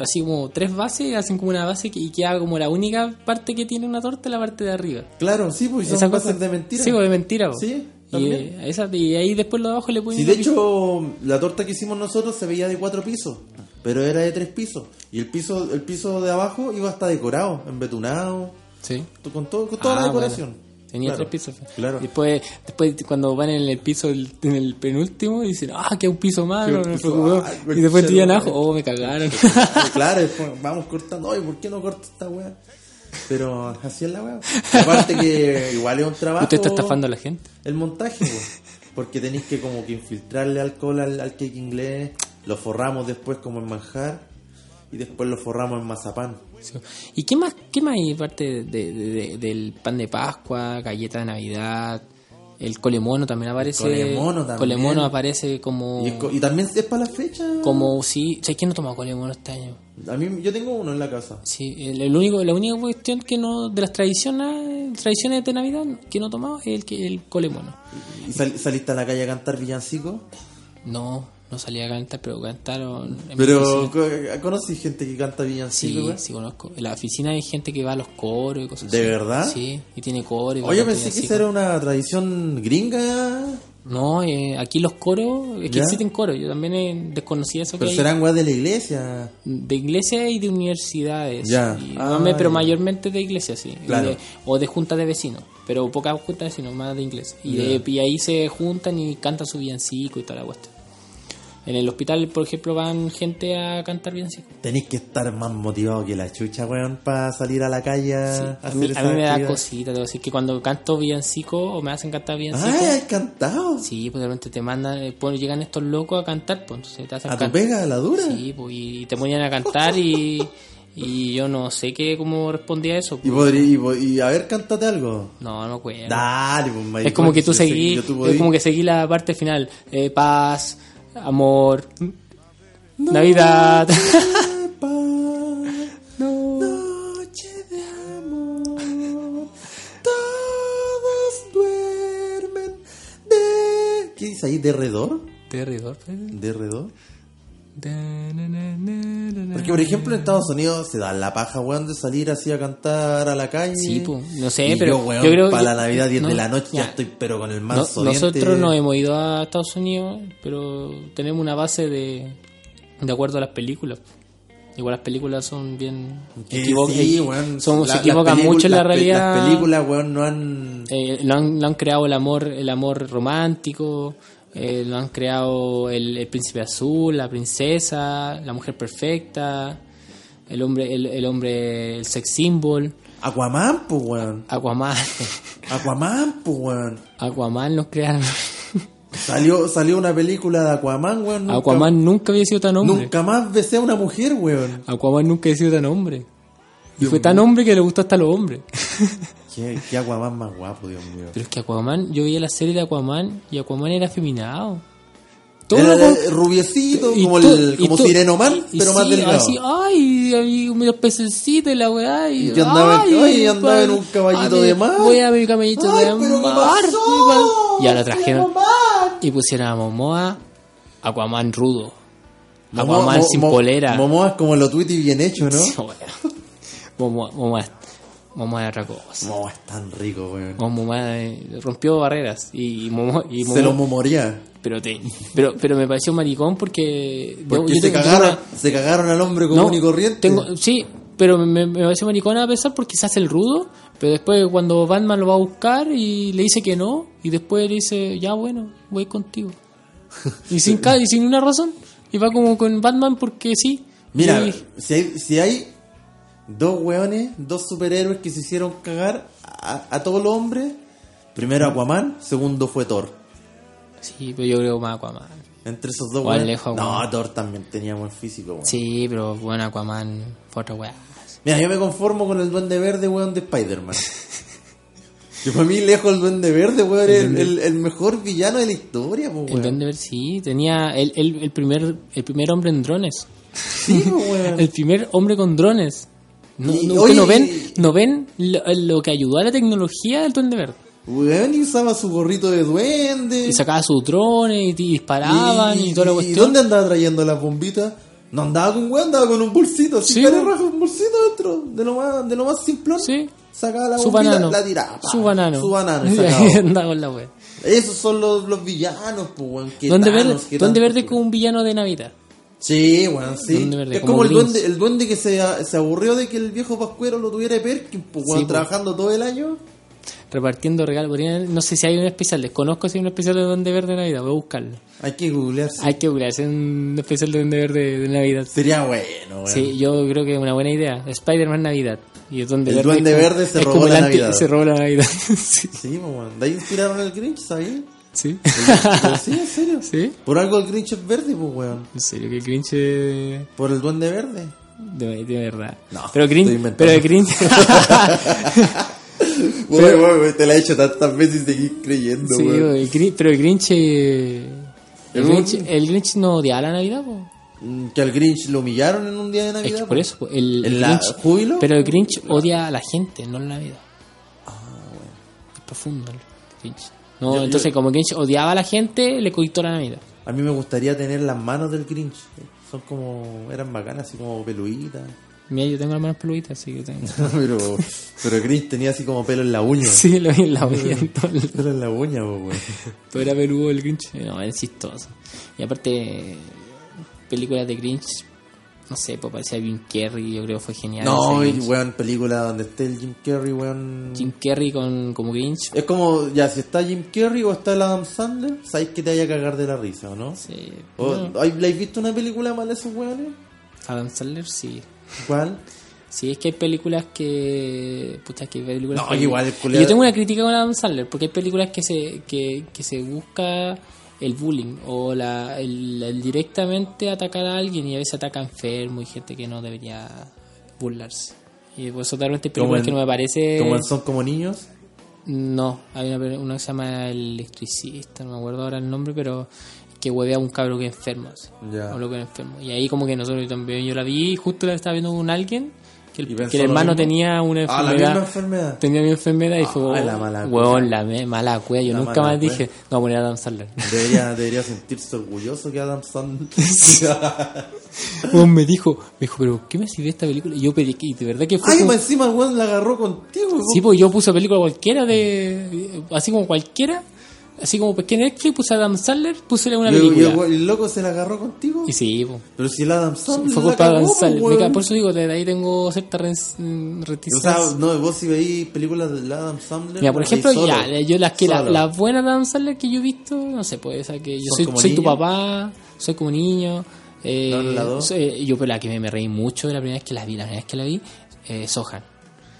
Speaker 4: así como tres bases, hacen como una base que- y queda como la única parte que tiene una torta, la parte de arriba.
Speaker 3: Claro, sí, pues y
Speaker 4: Esa
Speaker 3: son
Speaker 4: cosa-
Speaker 3: cosas de mentira.
Speaker 4: Sí, pues, de mentira. po.
Speaker 3: Sí,
Speaker 4: y,
Speaker 3: también.
Speaker 4: eh, esa- y ahí después lo de abajo le ponen...
Speaker 3: Sí, de
Speaker 4: una pizza.
Speaker 3: hecho, la torta que hicimos nosotros se veía de cuatro pisos, pero era de tres pisos. Y el piso, el piso de abajo iba hasta decorado, embetunado,
Speaker 4: Sí.
Speaker 3: to- con, todo, con toda la
Speaker 4: Ah,
Speaker 3: decoración.
Speaker 4: bueno. Tenía
Speaker 3: Claro,
Speaker 4: tres pisos.
Speaker 3: Claro.
Speaker 4: Después, después cuando van en el piso, del- en el penúltimo, dicen, ah, que un piso más.
Speaker 3: Que
Speaker 4: no
Speaker 3: un
Speaker 4: me
Speaker 3: piso
Speaker 4: preocupó".
Speaker 3: más,
Speaker 4: y después
Speaker 3: concha
Speaker 4: tiran
Speaker 3: de
Speaker 4: abajo,
Speaker 3: madre.
Speaker 4: oh, me cagaron.
Speaker 3: claro, después vamos cortando. Ay, ¿por qué no corta esta weá? Pero así es la weá. Aparte que igual es un trabajo.
Speaker 4: Usted está estafando a la gente.
Speaker 3: El montaje, po. porque tenéis que como que infiltrarle alcohol al, al cake inglés, lo forramos después como en manjar y después lo forramos en mazapán.
Speaker 4: Sí. ¿Y qué más, qué más hay parte de- de- de- del pan de Pascua, galleta de Navidad? El colemono también aparece.
Speaker 3: colemono también.
Speaker 4: Colemono aparece como.
Speaker 3: Y, es co- y también es para la fecha.
Speaker 4: como sí. ¿Sabes quién no tomó colemono este año?
Speaker 3: A mí, yo tengo uno en la casa.
Speaker 4: Sí, el, el único, la única cuestión que no. de las tradiciones, tradiciones de Navidad que no tomaba es el, que- el colemono.
Speaker 3: ¿Y sal- saliste a la calle a cantar villancico?
Speaker 4: No, no No salía a cantar, pero cantaron. en mi
Speaker 3: Pero,
Speaker 4: oficina.
Speaker 3: co- eh, ¿conocí gente que canta villancico,
Speaker 4: Sí,
Speaker 3: güey?
Speaker 4: sí conozco. En la oficina hay gente que va a los coros y cosas
Speaker 3: ¿De
Speaker 4: así.
Speaker 3: verdad?
Speaker 4: Sí, y tiene coro. y
Speaker 3: Oye,
Speaker 4: bailan
Speaker 3: pensé que
Speaker 4: villancicos.
Speaker 3: esa era una tradición gringa.
Speaker 4: No, eh, aquí los coros, es que
Speaker 3: ¿Ya?
Speaker 4: existen coros. Yo también eh, desconocía eso
Speaker 3: Pero
Speaker 4: que hay
Speaker 3: serán weas de la iglesia.
Speaker 4: de iglesia y de universidades.
Speaker 3: Ya.
Speaker 4: Y-
Speaker 3: Ah,
Speaker 4: no, pero
Speaker 3: ya.
Speaker 4: mayormente de iglesia, sí. Y
Speaker 3: Claro.
Speaker 4: de- o de juntas de vecinos, pero pocas juntas de vecinos, más de iglesia. Y, de- y ahí se juntan y cantan su villancico y toda la cuestión. En el hospital, por ejemplo, van gente a cantar villancico.
Speaker 3: Tenéis que estar más motivado que la chucha, weón, para salir a la calle Ah, a
Speaker 4: Sí.
Speaker 3: hacer
Speaker 4: A, mí, a
Speaker 3: esa
Speaker 4: mí me da
Speaker 3: actividad.
Speaker 4: cosita, debo decir que cuando canto villancico o me hacen cantar villancico,
Speaker 3: Ah, has cantado.
Speaker 4: sí, pues de repente te mandan, eh, pues, llegan estos locos a cantar, pues entonces te hacen
Speaker 3: A tu
Speaker 4: cantar.
Speaker 3: pega, a la dura.
Speaker 4: Sí, pues, y te ponían a cantar y, y yo no sé qué cómo respondía a eso.
Speaker 3: Y,
Speaker 4: pues.
Speaker 3: podrí- y, po- y a ver, cántate algo.
Speaker 4: No, no cuento.
Speaker 3: Dale, pues, maricón,
Speaker 4: es como que tú
Speaker 3: si yo
Speaker 4: seguí,
Speaker 3: sé yo tú
Speaker 4: es
Speaker 3: podí.
Speaker 4: como que seguí la parte final. Eh, paz, amor, Navidad.
Speaker 3: Pa- Noche de amor. Todos duermen de. ¿Qué dice ahí? ¿Derredor?
Speaker 4: Terridor. pues.
Speaker 3: ¿Derredor?
Speaker 4: Da, na, na, na, na, na.
Speaker 3: Porque, por ejemplo, en Estados Unidos se da la paja, weón, de salir así a cantar a la calle.
Speaker 4: Sí, pues, no sé,
Speaker 3: Y
Speaker 4: pero
Speaker 3: yo, weón,
Speaker 4: yo creo
Speaker 3: para
Speaker 4: que-
Speaker 3: la Navidad 10 de
Speaker 4: no,
Speaker 3: la noche ya,
Speaker 4: ya.
Speaker 3: estoy, pero con el
Speaker 4: No-
Speaker 3: manso diente.
Speaker 4: nosotros no hemos ido a Estados Unidos, pero tenemos una base de, de acuerdo a las películas. Igual las películas son bien
Speaker 3: Que
Speaker 4: equivo-
Speaker 3: sí,
Speaker 4: eh,
Speaker 3: weón,
Speaker 4: son-
Speaker 3: la-
Speaker 4: se
Speaker 3: las
Speaker 4: equivocan
Speaker 3: películas-
Speaker 4: mucho en la
Speaker 3: las pe-
Speaker 4: realidad.
Speaker 3: Las películas, weón, no han.
Speaker 4: Eh, lo, han, lo han creado el amor, el amor romántico, eh, lo han creado el, el príncipe azul, la princesa, la mujer perfecta, el hombre, el, el hombre, el sex symbol,
Speaker 3: Aquaman, pues, weón.
Speaker 4: Aquaman,
Speaker 3: Aquaman, pues, weón.
Speaker 4: Aquaman nos crearon.
Speaker 3: Salió, salió una película de Aquaman, weón. Nunca,
Speaker 4: Aquaman nunca había sido tan hombre.
Speaker 3: Nunca más besé a una mujer, weón.
Speaker 4: Aquaman nunca había sido tan hombre. Y
Speaker 3: Dios
Speaker 4: fue tan
Speaker 3: mío.
Speaker 4: hombre que le gustó hasta a los hombres.
Speaker 3: Qué, qué Aquaman más guapo, Dios mío.
Speaker 4: Pero es que Aquaman, yo veía la serie de Aquaman y Aquaman era afeminado. Todo
Speaker 3: Era
Speaker 4: lo con-
Speaker 3: rubiecito,
Speaker 4: Y
Speaker 3: como,
Speaker 4: tú-
Speaker 3: el,
Speaker 4: y
Speaker 3: como
Speaker 4: tú-
Speaker 3: Sireno Man,
Speaker 4: y
Speaker 3: pero más
Speaker 4: sí,
Speaker 3: delgado.
Speaker 4: Así, ah. ay, había unos pececitos y la weá. Y,
Speaker 3: Y yo andaba en- ay, yo andaba en
Speaker 4: padre,
Speaker 3: un caballito
Speaker 4: a
Speaker 3: de mar.
Speaker 4: Voy a mi caballito
Speaker 3: Ay,
Speaker 4: de
Speaker 3: pero ¿qué
Speaker 4: mar.
Speaker 3: pasó?
Speaker 4: Y ahora trajeron
Speaker 3: Aquaman.
Speaker 4: y pusieron a Momoa, Aquaman rudo,
Speaker 3: Momo-
Speaker 4: Aquaman
Speaker 3: Mo-
Speaker 4: sin
Speaker 3: Mo-
Speaker 4: polera.
Speaker 3: Momoa es como lo tweety bien hecho, ¿no?
Speaker 4: Sí, weá. Momoa, Momoa, Momoa era otra cosa.
Speaker 3: Momoa es tan rico, weón.
Speaker 4: Momoa, eh, rompió barreras y, y Momoa, y
Speaker 3: Se lo
Speaker 4: Momoa-
Speaker 3: momoría.
Speaker 4: pero, te- pero, pero me pareció maricón porque... yo-
Speaker 3: Porque
Speaker 4: yo
Speaker 3: se,
Speaker 4: tengo- yo
Speaker 3: cagaron,
Speaker 4: tengo una-
Speaker 3: se cagaron al hombre común y corriente.
Speaker 4: Tengo, sí, pero me, me parece maricón a pesar porque se hace el rudo, pero después cuando Batman lo va a buscar y le dice que no, y después le dice, ya bueno, voy contigo. Y sin, ca- y sin una razón, y va como con Batman porque sí.
Speaker 3: Mira,
Speaker 4: Y-
Speaker 3: si hay, si hay dos weones, dos superhéroes que se hicieron cagar a, a todos los hombres, primero Aquaman, segundo fue Thor.
Speaker 4: sí, pero yo creo más Aquaman.
Speaker 3: Entre esos dos
Speaker 4: O
Speaker 3: weones.
Speaker 4: Alejo,
Speaker 3: no,
Speaker 4: weón.
Speaker 3: Thor también tenía buen físico, weón.
Speaker 4: Sí, pero bueno, Aquaman fue otra weá.
Speaker 3: Mira, yo me conformo con el duende verde, weón, de Spider-Man. que para mí lejos el duende verde, weón, es el, el- el mejor villano de la historia, po,
Speaker 4: El
Speaker 3: weón.
Speaker 4: Duende Verde, sí, tenía el, el, el primer, el primer hombre en drones.
Speaker 3: Sí, po, weón.
Speaker 4: El primer hombre con drones. No,
Speaker 3: Y-
Speaker 4: no,
Speaker 3: oye,
Speaker 4: ustedes no ven,
Speaker 3: y-
Speaker 4: no ven lo, lo que ayudó a la tecnología del Duende Verde.
Speaker 3: Weón, y usaba su gorrito de duende.
Speaker 4: Y sacaba sus drones y, y disparaban y, toda la cuestión.
Speaker 3: dónde andaba trayendo las bombitas? No andaba con weón, andaba con un bolsito. Así
Speaker 4: Sí,
Speaker 3: que le
Speaker 4: weón.
Speaker 3: raja un bolsito dentro, de lo más, de lo más simplón.
Speaker 4: Sí.
Speaker 3: Sacaba la
Speaker 4: Su
Speaker 3: bombita,
Speaker 4: banano.
Speaker 3: la tiraba. pa,
Speaker 4: Su banano.
Speaker 3: Su banano, y
Speaker 4: Y ahí
Speaker 3: sacaba.
Speaker 4: andaba con la wea.
Speaker 3: Esos son los, los villanos, pues, weón. que
Speaker 4: Duende
Speaker 3: Thanos,
Speaker 4: Verde,
Speaker 3: que
Speaker 4: Duende
Speaker 3: tanto-
Speaker 4: Verde es como un villano de Navidad.
Speaker 3: Sí, weón, sí.
Speaker 4: Duende Verde,
Speaker 3: es como,
Speaker 4: como
Speaker 3: el,
Speaker 4: Grinch.
Speaker 3: duende, el duende que se, se aburrió de que el viejo pascuero lo tuviera de Perkin, pues, weón,
Speaker 4: Sí, pues.
Speaker 3: trabajando todo el año.
Speaker 4: Repartiendo regalos. Podrían- No sé si hay un especial. Desconozco si hay un especial de Duende Verde de Navidad. Voy a buscarlo.
Speaker 3: Hay que googlearse.
Speaker 4: Hay que buscar. hacer un especial de Duende Verde de Navidad.
Speaker 3: Sería bueno, weón.
Speaker 4: Sí, yo creo que es una buena idea. Spider-Man Navidad. Y el Duende
Speaker 3: El
Speaker 4: Verde. es
Speaker 3: Duende
Speaker 4: como-
Speaker 3: Verde se
Speaker 4: es
Speaker 3: robó
Speaker 4: como el
Speaker 3: la
Speaker 4: anti-
Speaker 3: Navidad.
Speaker 4: Se robó la Navidad. sí.
Speaker 3: Sí, pues, weón. De ahí inspiraron al Grinch, ¿sabías?
Speaker 4: Sí.
Speaker 3: Pero sí, en serio.
Speaker 4: ¿Sí?
Speaker 3: Por algo el Grinch es verde, pues, weón.
Speaker 4: En serio, que Grinch es
Speaker 3: Por el duende verde.
Speaker 4: de, de verdad.
Speaker 3: No,
Speaker 4: pero
Speaker 3: estoy
Speaker 4: Grinch,
Speaker 3: inventando.
Speaker 4: pero Grinch.
Speaker 3: Uy, uy, uy, te la he hecho tantas veces y seguís creyendo,
Speaker 4: sí,
Speaker 3: weón.
Speaker 4: el Grinch, pero el Grinch, eh,
Speaker 3: Es
Speaker 4: el
Speaker 3: un-
Speaker 4: Grinch, el Grinch no odiaba la Navidad, po.
Speaker 3: Mm, Que al Grinch lo humillaron en un día de
Speaker 4: Es
Speaker 3: Navidad.
Speaker 4: que por
Speaker 3: pues.
Speaker 4: eso, po, el,
Speaker 3: ¿En
Speaker 4: el
Speaker 3: la-
Speaker 4: Grinch,
Speaker 3: júbilo?
Speaker 4: pero el Grinch odia a la gente, no la Navidad. Ah, bueno. Es profundo el Grinch. No,
Speaker 3: Yo-
Speaker 4: entonces
Speaker 3: yo-
Speaker 4: como Grinch odiaba a la gente, le quitó la Navidad.
Speaker 3: A mí me gustaría tener las manos del Grinch. Son como. eran bacanas, así como peluitas.
Speaker 4: Mira, yo tengo las manos peluditas, así que tengo.
Speaker 3: pero, pero Grinch tenía así como pelo en la uña.
Speaker 4: Sí, lo vi en la uña. en todo el-
Speaker 3: Pelo en la uña, po, weón.
Speaker 4: Todo era peludo el Grinch. No, era chistoso. Y aparte, películas de Grinch, no sé, pues parecía Jim Carrey, yo creo que fue genial.
Speaker 3: No,
Speaker 4: ese
Speaker 3: y
Speaker 4: Grinch.
Speaker 3: weón, película donde esté el Jim Carrey, weón.
Speaker 4: Jim Carrey con, como Grinch.
Speaker 3: Es como, ya, si está Jim Carrey o está el Adam Sandler, sabéis que te vaya a cagar de la risa, ¿o oh, no?
Speaker 4: Sí.
Speaker 3: ¿O,
Speaker 4: pues, eh, No,
Speaker 3: ¿hay- ¿Le has visto una película mala a esos weones?
Speaker 4: Adam Sandler, sí.
Speaker 3: ¿Cuál?
Speaker 4: Sí, es que hay películas que. Puta, que hay películas.
Speaker 3: No,
Speaker 4: que-
Speaker 3: igual el
Speaker 4: Y
Speaker 3: culiao-
Speaker 4: Yo tengo una crítica con Adam Sandler, porque hay películas que se, que, que se busca el bullying o la, el, el directamente atacar a alguien y a veces ataca enfermo y gente que no debería burlarse. Y por eso, totalmente, hay películas
Speaker 3: en-
Speaker 4: que no me parece.
Speaker 3: Como en Son como niños.
Speaker 4: No, hay una, pe- una que se llama El Electricista, no me acuerdo ahora el nombre, pero que huevea a un cabro que es enfermo. así,
Speaker 3: Ya.
Speaker 4: Un loco que es enfermo. Y ahí como que nosotros también, yo la vi, y justo la estaba viendo con alguien, que
Speaker 3: ¿Y
Speaker 4: el,
Speaker 3: pensó
Speaker 4: que el
Speaker 3: lo
Speaker 4: hermano
Speaker 3: mismo?
Speaker 4: tenía una
Speaker 3: Ah, la misma
Speaker 4: enfermedad.
Speaker 3: enfermedad.
Speaker 4: Tenía mi enfermedad y fue,
Speaker 3: Ah,
Speaker 4: oh,
Speaker 3: la mala
Speaker 4: huevón,
Speaker 3: cueva.
Speaker 4: la me- mala cueva. Yo
Speaker 3: La
Speaker 4: nunca
Speaker 3: mala
Speaker 4: más
Speaker 3: cueva.
Speaker 4: dije, no, voy a poner a Adam Sandler.
Speaker 3: Debería, debería sentirse orgulloso que Adam Sandler.
Speaker 4: Huevón, me dijo, me dijo, pero ¿qué me sirve esta película? Y yo pedí, y de verdad que fue...
Speaker 3: Ay,
Speaker 4: como-
Speaker 3: más encima el weón la agarró contigo,
Speaker 4: Sí, pues yo puse película cualquiera de. Así como cualquiera. Así como pesqué Netflix, puse a Adam Sandler, puse una
Speaker 3: Y el- y el,
Speaker 4: película.
Speaker 3: weón- el loco se la agarró contigo.
Speaker 4: Y sí, pues.
Speaker 3: Pero si el Adam Sandler.
Speaker 4: Fue
Speaker 3: la
Speaker 4: culpa de Adam
Speaker 3: cagó, po,
Speaker 4: Sandler. Me
Speaker 3: weón.
Speaker 4: ca- Por eso digo, desde ahí tengo cierta ren- mm,
Speaker 3: O sea,
Speaker 4: reticencia.
Speaker 3: no, vos si veís películas de Adam Sandler.
Speaker 4: Mira, por
Speaker 3: las veis
Speaker 4: ejemplo,
Speaker 3: solo.
Speaker 4: ya, yo las que la,
Speaker 3: Solo.
Speaker 4: las buenas de Adam Sandler que yo he visto, no sé, pues esa que yo
Speaker 3: ¿Son
Speaker 4: soy,
Speaker 3: como
Speaker 4: soy tu
Speaker 3: niño?
Speaker 4: papá, soy como niño. Eh,
Speaker 3: No, la dos.
Speaker 4: soy- yo, pero la que me, me reí mucho la primera vez que la vi, la primera vez que la vi, eh, Sohan.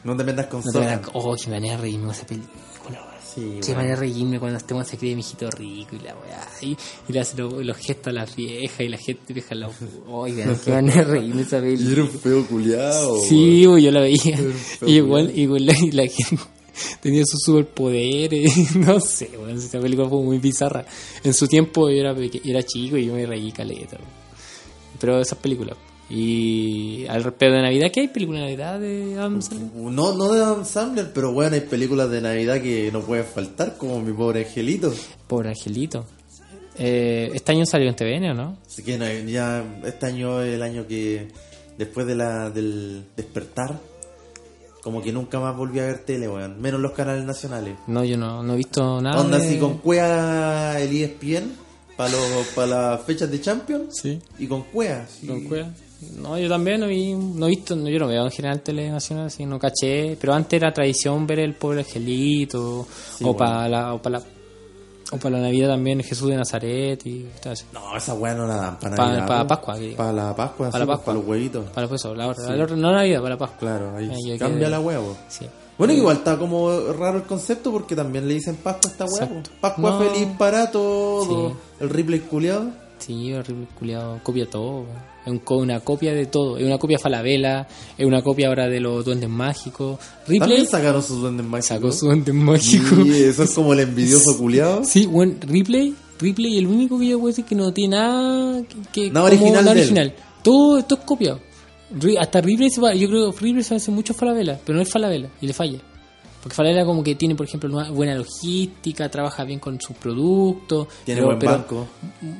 Speaker 3: No te metas con
Speaker 4: No te
Speaker 3: Sohan.
Speaker 4: verás- oh, qué manera de reírme con esa película, weón.
Speaker 3: Sí,
Speaker 4: Qué
Speaker 3: weón.
Speaker 4: manera de reírme cuando este weón se cree mijito rico y la weá. Y, y le hace lo- los gestos a las viejas y la gente vieja la. Oigan, qué manera de reírme esa
Speaker 3: Y
Speaker 4: peli.
Speaker 3: era un feo culiado.
Speaker 4: Sí, weón, yo la veía.
Speaker 3: feo,
Speaker 4: Y igual, igual la, y la gente tenía sus superpoderes. No sé, weón. Esa película fue muy bizarra. En su tiempo yo era, peque- era chico y yo me reí caleta. weón. Pero esas películas. Y al respecto de Navidad, ¿qué hay película de Navidad de Adam Sandler?
Speaker 3: No, no de Adam Sandler, pero bueno, hay películas de Navidad que no pueden faltar, como mi pobre angelito.
Speaker 4: Pobre Angelito. Eh, este año salió en TVN, ¿o no?
Speaker 3: Así que no, ya este año es el año que después de la, del despertar, como que nunca más volví a ver tele, weón. Menos los canales nacionales.
Speaker 4: No, yo no, no he visto nada.
Speaker 3: Onda
Speaker 4: de-
Speaker 3: así con cuea el E ESPN para para las fechas de Champions
Speaker 4: Sí,
Speaker 3: y con cuea. así.
Speaker 4: con cueva. No, yo también no, vi, no he visto, no, yo no veo en general tele nacional, así no caché. Pero antes era tradición ver el pobre Angelito, o
Speaker 3: bueno.
Speaker 4: para la, o para la, o para la Navidad también Jesús de Nazaret y todo eso.
Speaker 3: No, esa weá no la dan para
Speaker 4: Pa-
Speaker 3: Navidad.
Speaker 4: pa
Speaker 3: po.
Speaker 4: Pascua, que digo.
Speaker 3: Para la Pascua,
Speaker 4: Para la Pascua.
Speaker 3: Para los huevitos.
Speaker 4: Para pues eso, la otra, la otra- no Navidad, para la Pascua.
Speaker 3: Claro, ahí
Speaker 4: Ah, yo
Speaker 3: cambia
Speaker 4: quedé-
Speaker 3: la hueá, po.
Speaker 4: Sí.
Speaker 3: Bueno, que igual está como raro el concepto porque también le dicen Pascua a esta hueá. po.
Speaker 4: Exacto.
Speaker 3: Pascua
Speaker 4: No.
Speaker 3: feliz para todo.
Speaker 4: Sí.
Speaker 3: El Ripley culiado.
Speaker 4: Sí, horrible culiado. Copia todo. weón. Es un co- una copia de todo. Es una copia Falabella. Es una copia ahora de los Duendes Mágicos. Ripley
Speaker 3: También sacaron sus duendes mágicos.
Speaker 4: sacó su Duende Mágico.
Speaker 3: Y eso es como el envidioso culiado.
Speaker 4: Sí, bueno, Ripley. Ripley, el único que yo puedo decir que no tiene nada. Que, que-
Speaker 3: Nada
Speaker 4: como
Speaker 3: original de él.
Speaker 4: original. Todo esto es copiado. Ri- Hasta Ripley, se va- yo creo que Ripley se hace mucho Falabella, pero no es Falabella y le falla. Porque Falabella como que tiene, por ejemplo, una buena logística, trabaja bien con sus productos.
Speaker 3: Tiene
Speaker 4: pero-
Speaker 3: buen
Speaker 4: pero- Mm,
Speaker 3: banco.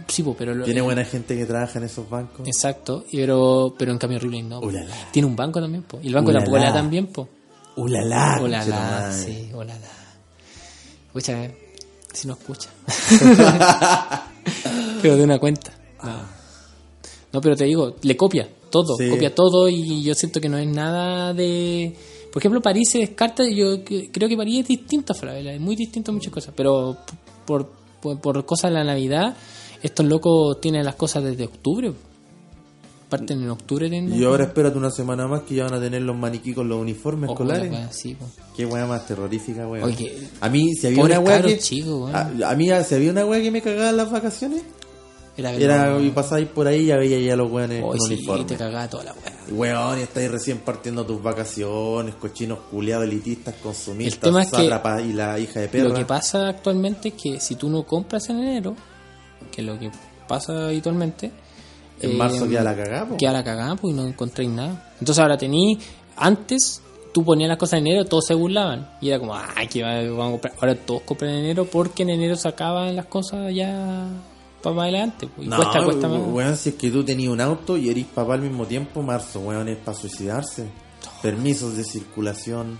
Speaker 4: Sí, po, pero... lo-
Speaker 3: Tiene buena gente que trabaja en esos bancos.
Speaker 4: Exacto, y pero, pero en cambio Ripley no. po.
Speaker 3: Ulala.
Speaker 4: Tiene un banco también, po. Y el banco de la
Speaker 3: Ulala.
Speaker 4: abuela también, po.
Speaker 3: Ulala.
Speaker 4: Hola, la,
Speaker 3: conchetumare.
Speaker 4: sí, hola, la. Escucha, eh, si no escucha. pero de una cuenta. No. No, pero te digo, le copia todo,
Speaker 3: Sí.
Speaker 4: copia todo y yo siento que no es nada de... Por ejemplo, París se descarta, yo c- creo que París es distinto a Falabella, es muy distinto a muchas cosas, pero p- por, por, por cosas de la Navidad, estos locos tienen las cosas desde octubre. Parten en octubre. tienen-
Speaker 3: Y ahora espérate una semana más que ya van a tener los maniquí con los uniformes
Speaker 4: Oh, la
Speaker 3: escolares.
Speaker 4: wea, sí, po.
Speaker 3: Qué weá más terrorífica, weón.
Speaker 4: Oye,
Speaker 3: a mí, si había
Speaker 4: pobres
Speaker 3: una weá
Speaker 4: cabros
Speaker 3: que.
Speaker 4: chicos, weón.
Speaker 3: a, a mí, si había una weá que me cagaba en las vacaciones,
Speaker 4: Era
Speaker 3: era
Speaker 4: verano.
Speaker 3: y pasáis por ahí y ya veía ya los weones
Speaker 4: Oh,
Speaker 3: con
Speaker 4: sí,
Speaker 3: uniforme.
Speaker 4: te cagaba toda la weá.
Speaker 3: Weón, y estáis recién partiendo tus vacaciones, cochinos culiados, elitistas, consumistas,
Speaker 4: El tema es que-
Speaker 3: sátrapas y la hija de perra.
Speaker 4: Lo que pasa actualmente es que si tú no compras en enero, que es lo que pasa habitualmente,
Speaker 3: En
Speaker 4: eh,
Speaker 3: marzo queda la cagada, po.
Speaker 4: queda la cagada pues y no encontréis nada. Entonces ahora tení, antes tú ponías las cosas en enero, todos se burlaban. Y era como, ay, que va- vamos a comprar. Ahora todos compran en enero porque en enero sacaban las cosas ya para adelante. pues, y
Speaker 3: No,
Speaker 4: cuesta, cuesta más.
Speaker 3: we- weón, si es que tú tenías un auto y eres papá al mismo tiempo, marzo, weón, es para suicidarse. Permisos de circulación,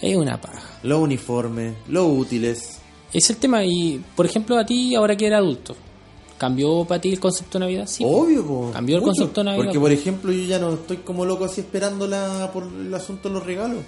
Speaker 4: Es una paja.
Speaker 3: los uniformes, los útiles.
Speaker 4: Es el tema. Y, por ejemplo, a ti, ahora que eres adulto, ¿cambió para ti el concepto de Navidad? Sí.
Speaker 3: Obvio, po.
Speaker 4: Cambió el
Speaker 3: Mucho.
Speaker 4: concepto de Navidad,
Speaker 3: Porque,
Speaker 4: po.
Speaker 3: por ejemplo, yo ya no estoy como loco así esperando la, por el asunto de los regalos.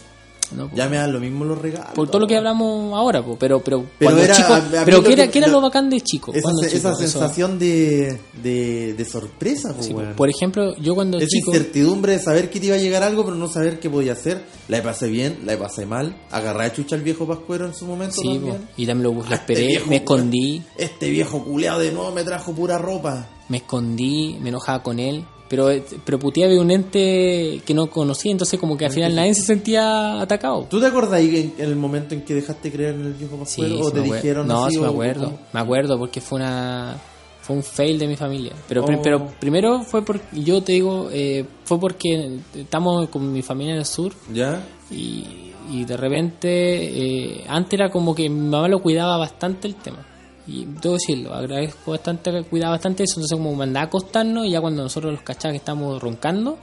Speaker 4: No, pues.
Speaker 3: Ya me dan lo mismo los regalos.
Speaker 4: por todo lo que hablamos ahora, pues, pero pero,
Speaker 3: Pero
Speaker 4: cuando
Speaker 3: era-
Speaker 4: chico,
Speaker 3: a- a mí
Speaker 4: pero
Speaker 3: lo
Speaker 4: ¿qué era,
Speaker 3: que-
Speaker 4: qué era
Speaker 3: lo-
Speaker 4: lo bacán de chico?
Speaker 3: Esa,
Speaker 4: cuando
Speaker 3: se-
Speaker 4: chico,
Speaker 3: esa
Speaker 4: eso.
Speaker 3: sensación de, de, de sorpresa, po,
Speaker 4: Sí,
Speaker 3: weón.
Speaker 4: por ejemplo, yo cuando
Speaker 3: Esa
Speaker 4: chico
Speaker 3: incertidumbre de saber que te iba a llegar algo, pero no saber qué podía hacer. La pasé bien, la pasé mal. Agarré a chucha al viejo pascuero en su momento
Speaker 4: sí,
Speaker 3: también.
Speaker 4: po, y también lo, lo esperé,
Speaker 3: Este viejo,
Speaker 4: me
Speaker 3: weón.
Speaker 4: escondí,
Speaker 3: Este viejo culeado de nuevo me trajo pura ropa.
Speaker 4: me escondí, me enojaba con él, pero eh, pero puteaba de un ente que no conocía, entonces como
Speaker 3: Ah,
Speaker 4: que al final nadie se sentía atacado.
Speaker 3: ¿Tú te acordás ahí en, en el momento en que dejaste de creer en el viejo
Speaker 4: Sí,
Speaker 3: pascuero?
Speaker 4: sí
Speaker 3: ¿O te
Speaker 4: me acuer-
Speaker 3: dijeron
Speaker 4: No,
Speaker 3: así,
Speaker 4: sí me
Speaker 3: o-
Speaker 4: acuerdo. Me acuerdo porque fue una fue un fail de mi familia. Pero pri-
Speaker 3: Oh.
Speaker 4: pero primero fue por yo te digo, eh, fue porque estamos con mi familia en el sur
Speaker 3: ¿Ya?
Speaker 4: y, y de repente eh, antes era como que mi mamá lo cuidaba bastante el tema y debo decirlo agradezco bastante que cuidaba bastante eso entonces como mandaba a acostarnos y ya cuando nosotros los cachábamos que estábamos roncando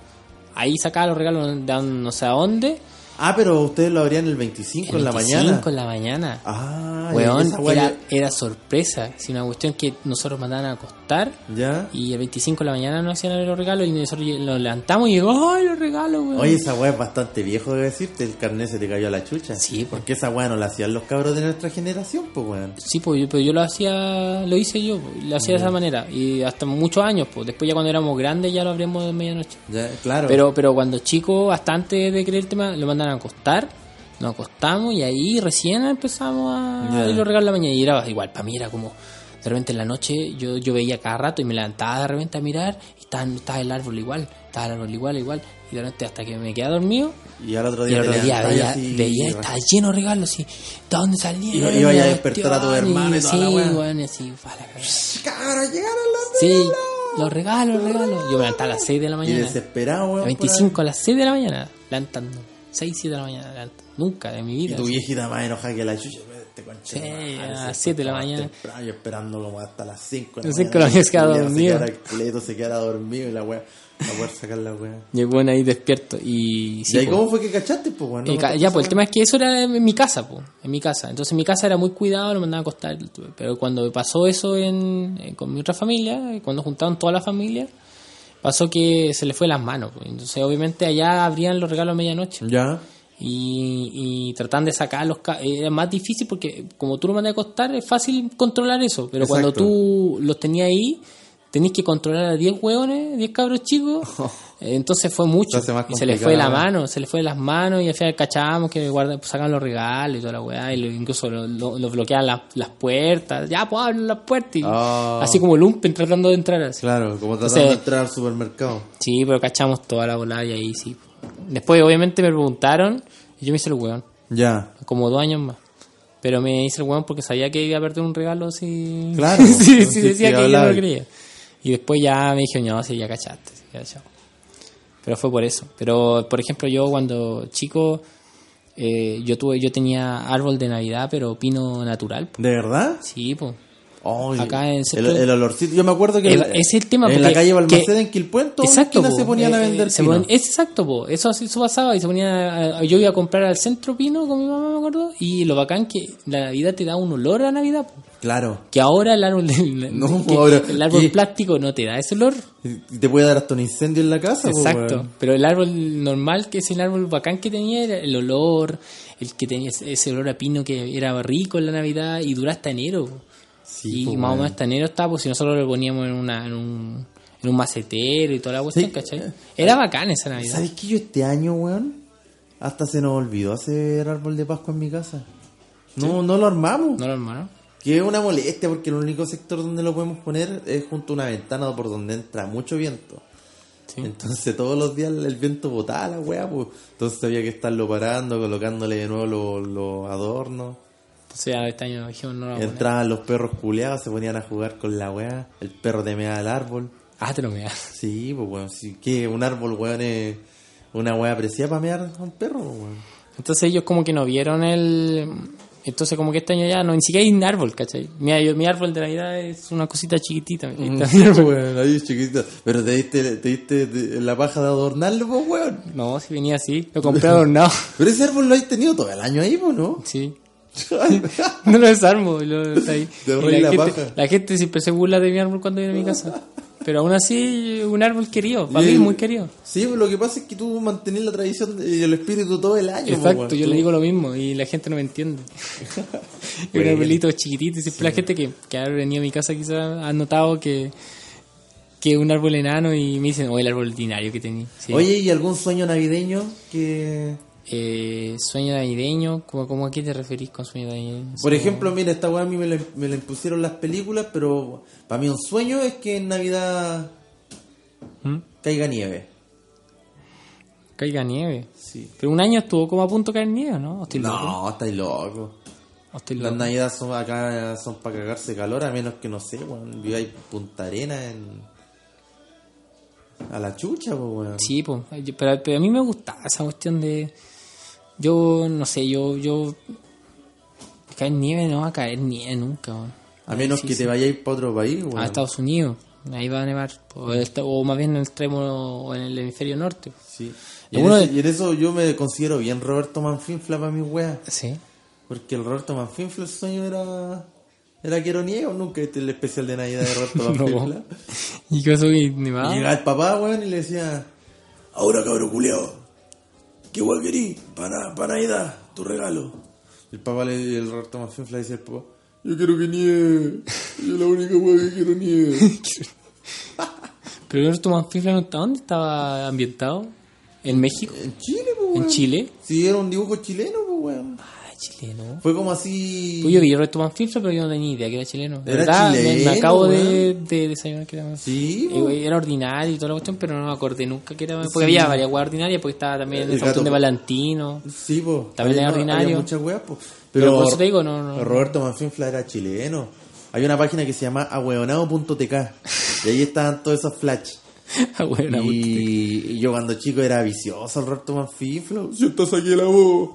Speaker 4: ahí sacaba los regalos de no sé a dónde
Speaker 3: Ah, pero ustedes lo abrían el 25 en la mañana.
Speaker 4: en la mañana
Speaker 3: Ah,
Speaker 4: Weón,
Speaker 3: esa guaya-
Speaker 4: era, era sorpresa si una cuestión que nosotros mandaban a acostar
Speaker 3: ¿Ya?
Speaker 4: y el 25 de la mañana nos hacían los regalos y nosotros nos levantamos y llegó ¡ay los regalos weón!
Speaker 3: Oye, esa weá es bastante viejo de decirte, el carnet se te cayó a la chucha.
Speaker 4: Sí, pues. po.
Speaker 3: porque esa weá no la hacían los cabros de nuestra generación, pues weón.
Speaker 4: Sí, pues, yo- pero yo lo hacía, lo hice yo, pues, lo hacía de esa manera. Y hasta muchos años, pues. Después ya cuando éramos grandes ya lo abrimos de medianoche.
Speaker 3: Ya, claro.
Speaker 4: Pero, pero cuando chico, hasta antes de creer el tema, lo mandan a acostar, nos acostamos y ahí recién empezamos a
Speaker 3: Ya.
Speaker 4: abrir los regalos en la mañana. Y era igual, para mí era como, de repente en la noche yo, yo veía cada rato y me levantaba de repente a mirar y estaba, estaba el árbol igual, estaba el árbol igual, igual. Y de repente hasta que me quedé dormido,
Speaker 3: y al otro
Speaker 4: y
Speaker 3: día,
Speaker 4: el otro
Speaker 3: te
Speaker 4: día
Speaker 3: levantabas
Speaker 4: veía,
Speaker 3: así-
Speaker 4: veía estaba lleno de regalos, y ¿de dónde salía?
Speaker 3: Iba- iba ya a despertar a tu hermano y toda
Speaker 4: Sí,
Speaker 3: la wea.
Speaker 4: weón, y así, fue a la cagada.
Speaker 3: ¡Cabros, llegaron los
Speaker 4: Sí, los regalos, los regalos. Yo me levantaba a las 6 de la
Speaker 3: Y
Speaker 4: mañana.
Speaker 3: desesperado, weón.
Speaker 4: A 25 a las 6 de la mañana, levantando. 6, 7 de la mañana, levantando. Nunca en mi
Speaker 3: Y
Speaker 4: vida.
Speaker 3: tu viejita más enojada que la chucha, weón, este conche.
Speaker 4: Sí,
Speaker 3: de madre,
Speaker 4: a las
Speaker 3: se
Speaker 4: siete de la
Speaker 3: despertaba
Speaker 4: mañana.
Speaker 3: temprano, yo esperando como hasta las 5 de
Speaker 4: Las cinco de la mañana se quedaba dormido.
Speaker 3: Se quedara completo, se quedara dormido y la weá. La poder sacar la weá.
Speaker 4: Llegó bueno, ahí despierto. Y, sí,
Speaker 3: ¿Y ahí
Speaker 4: po.
Speaker 3: cómo fue que cachaste, pues weón? No
Speaker 4: Eh,
Speaker 3: me
Speaker 4: ca-
Speaker 3: tocó
Speaker 4: ya,
Speaker 3: esa
Speaker 4: pues el
Speaker 3: weá.
Speaker 4: tema es que eso era en mi casa, pues, en mi casa. Entonces mi casa era muy cuidado, lo mandaba a acostar. Pero cuando me pasó eso en, eh, con mi otra familia, eh, cuando juntaron toda la familia, pasó que se le fue las manos. pues. Entonces obviamente allá abrían los regalos a medianoche.
Speaker 3: Ya.
Speaker 4: Y, y trataban de sacar los... ca- eh, Era más difícil porque como tú lo mandas a acostar es fácil controlar eso. Pero cuando
Speaker 3: Exacto.
Speaker 4: tú los tenías ahí... Tenéis que controlar a 10 hueones, 10 cabros chicos. Eh, Entonces fue mucho.
Speaker 3: Oh. Se hace más
Speaker 4: y se les fue la
Speaker 3: complicado.
Speaker 4: mano mano, se le fue de las manos y al final cachábamos que guarda, pues, sacaban los regalos y toda la weá, y lo- incluso lo, lo- lo bloqueaban las, las puertas, ya pues abren las puertas, y-
Speaker 3: Ah.
Speaker 4: así como Lumpen tratando de entrar así.
Speaker 3: Claro, como tratando
Speaker 4: Entonces-
Speaker 3: de entrar al supermercado.
Speaker 4: Sí, pero cachamos toda la volada y ahí sí. Después obviamente me preguntaron y yo me hice el weón,
Speaker 3: Ya.
Speaker 4: como dos años más. Pero me hice el weón porque sabía que iba a perder un regalo si...
Speaker 3: Claro,
Speaker 4: si, si
Speaker 3: sí,
Speaker 4: decía
Speaker 3: sí,
Speaker 4: que yo no
Speaker 3: hablaba.
Speaker 4: lo creía. Y después ya me dije, no, sí, ya cachaste, sí, ya chao. Pero fue por eso. Pero, por ejemplo, yo cuando chico, eh, yo tuve yo tenía árbol de Navidad, pero pino natural. po.
Speaker 3: ¿De verdad?
Speaker 4: Sí, pues.
Speaker 3: Ay,
Speaker 4: Acá en
Speaker 3: el,
Speaker 4: Centro-
Speaker 3: el olorcito. Yo me acuerdo que
Speaker 4: El-
Speaker 3: en la-
Speaker 4: ese es el tema,
Speaker 3: en la
Speaker 4: porque-
Speaker 3: calle
Speaker 4: que-
Speaker 3: Balmaceda, en Quilpuén, toda la
Speaker 4: Exacto,
Speaker 3: esquina
Speaker 4: po.
Speaker 3: se ponían a
Speaker 4: Eh, eh,
Speaker 3: vender
Speaker 4: se
Speaker 3: pino.
Speaker 4: ponían- es exacto, po. Eso, así- eso pasaba y se ponía. a- Yo iba a comprar al centro pino con mi mamá, me acuerdo. Y lo bacán que la Navidad te da un olor a Navidad, po.
Speaker 3: Claro.
Speaker 4: Que ahora el árbol, de-
Speaker 3: No, pues
Speaker 4: que
Speaker 3: ahora,
Speaker 4: el árbol
Speaker 3: ¿qué?
Speaker 4: plástico no te da ese olor.
Speaker 3: Y Te puede dar hasta un incendio en la casa. po,
Speaker 4: Exacto,
Speaker 3: pues, weón.
Speaker 4: pero el árbol normal, que es el árbol bacán que tenía, era el olor, el que tenía ese ese olor a pino que era rico en la Navidad y dura hasta enero.
Speaker 3: Sí,
Speaker 4: y
Speaker 3: po,
Speaker 4: más o
Speaker 3: weón.
Speaker 4: menos hasta enero estaba, pues si nosotros lo poníamos en, una, en, un, en un macetero y toda la cuestión,
Speaker 3: Sí.
Speaker 4: ¿cachai? Era bacán esa Navidad.
Speaker 3: ¿Sabes qué? Yo este año, weón, hasta se nos olvidó hacer árbol de Pascua en mi casa. No, no lo armamos.
Speaker 4: ¿No lo hermano?
Speaker 3: Que es una molestia porque el único sector donde lo podemos poner es junto a una ventana por donde entra mucho viento.
Speaker 4: Sí.
Speaker 3: Entonces todos los días el viento botaba la weá, pues. Entonces había que estarlo parando, colocándole de nuevo los los adornos.
Speaker 4: Entonces ya este año dijimos no lo vamos a poner.
Speaker 3: Entraban los perros culeados, se ponían a jugar con la weá. El perro temeaba el árbol.
Speaker 4: Ah, te lo meas.
Speaker 3: Sí, pues weón, sí, que un árbol, weón, es una weá apreciada para mear a un perro, pues, weón.
Speaker 4: Entonces ellos como que no vieron el, Entonces, como que este año ya no, ni siquiera hay un árbol, ¿cachai? Mira, yo, mi árbol de Navidad es una cosita chiquitita. mi- está mi
Speaker 3: Mm.
Speaker 4: árbol.
Speaker 3: Bueno, ahí chiquitito. Pero te diste, te diste de- la paja de adornarlo, pues, weón.
Speaker 4: No, si venía así, lo compré adornado.
Speaker 3: Pero ese árbol lo has tenido todo el año ahí, pues, ¿no?
Speaker 4: Sí. No lo desarmo, y lo está ahí.
Speaker 3: Te
Speaker 4: Y
Speaker 3: arregla
Speaker 4: la,
Speaker 3: la
Speaker 4: gente,
Speaker 3: paja.
Speaker 4: la gente siempre se burla de mi árbol cuando viene a mi casa. Pero aún así, un árbol querido, para
Speaker 3: Y
Speaker 4: mí
Speaker 3: el-
Speaker 4: muy querido.
Speaker 3: Sí, pues, lo que pasa es que tú mantenés la tradición y el espíritu todo el año, pues,
Speaker 4: Exacto,
Speaker 3: weón.
Speaker 4: yo le
Speaker 3: Tú-
Speaker 4: digo lo mismo y la gente no me entiende. Es un
Speaker 3: Bueno.
Speaker 4: arbolito chiquitito. y Siempre la gente que, que ha venido a mi casa quizá ha notado que que un árbol enano y me dicen, oh, el árbol ordinario que tenía. Sí.
Speaker 3: Oye, ¿y algún sueño navideño que...?
Speaker 4: Eh, sueño navideño, ¿cómo, cómo a qué te referís con sueño navideño?
Speaker 3: Por ejemplo, mira, esta weá a mí me la, me la impusieron las películas, pero para mí un sueño es que en Navidad
Speaker 4: ¿Mm?
Speaker 3: caiga nieve.
Speaker 4: Caiga nieve.
Speaker 3: Sí.
Speaker 4: Pero un año estuvo como a punto de caer nieve, ¿no? ¿O estoy loco?
Speaker 3: No, estáis loco.
Speaker 4: ¿O estoy
Speaker 3: Las
Speaker 4: loco?
Speaker 3: navidades son acá son para cagarse calor, a menos que no sé, weón. Viváis Punta Arena en. A la chucha, pues, weón.
Speaker 4: Sí, pues, pero, pero a mí me gustaba esa cuestión de... Yo, no sé, yo... yo caer nieve no va a caer nieve nunca, weón.
Speaker 3: A menos
Speaker 4: Sí,
Speaker 3: que
Speaker 4: sí.
Speaker 3: te vayáis para otro país, weón.
Speaker 4: A Estados Unidos, ahí va a nevar. O, el- o más bien en el extremo, o en el hemisferio norte.
Speaker 3: Sí. Y, en
Speaker 4: Alguno
Speaker 3: ese-
Speaker 4: de-
Speaker 3: y en eso yo me considero bien Roberto Manfinfla para mi weá.
Speaker 4: Sí.
Speaker 3: Porque el Roberto Manfinfla, el sueño era. Era quiero nieve, nunca viste el especial de Navidad de Roberto Manfinfla.
Speaker 4: ¿Y qué pasó que
Speaker 3: Y
Speaker 4: nevaba?
Speaker 3: llegaba el papá, weón, y le decía, ahora cabro culiao, ¿qué weón querí? Para, para Navidad, tu regalo. Y el papá le y el Roberto Manfinfla le dice al papá, yo quiero que nieve, yo la única weón que quiero nieve.
Speaker 4: Pero el Roberto Manfifla, no está- ¿dónde estaba ambientado? ¿En México?
Speaker 3: en Chile, pues, weón.
Speaker 4: ¿En Chile?
Speaker 3: Sí, era un dibujo chileno, pues, weón.
Speaker 4: Ah, chileno.
Speaker 3: Fue como así...
Speaker 4: Pues yo vi Roberto Manfifla, pero yo no tenía idea que era chileno. De
Speaker 3: Era
Speaker 4: verdad, me- me,
Speaker 3: chileno,
Speaker 4: acabo de,
Speaker 3: weón.
Speaker 4: de desayunar que era
Speaker 3: Sí,
Speaker 4: Eh,
Speaker 3: pues.
Speaker 4: güey, Era ordinario y toda la cuestión, pero no me acordé nunca que era. Porque
Speaker 3: Sí.
Speaker 4: había varias weas ordinarias, porque estaba también
Speaker 3: El
Speaker 4: el cuestión de
Speaker 3: gato-
Speaker 4: Valentino.
Speaker 3: Sí, pues.
Speaker 4: También era ordinario.
Speaker 3: muchas weas, pues.
Speaker 4: Pero por eso te digo, no, no.
Speaker 3: Roberto Manfinfla era chileno. Hay una página que se llama ahueonado.tk y ahí estaban todos esos flash.
Speaker 4: Ah, bueno, la puta.
Speaker 3: Y, y yo cuando chico era vicioso el Roberto Manfifla. Si estás aquí la voz.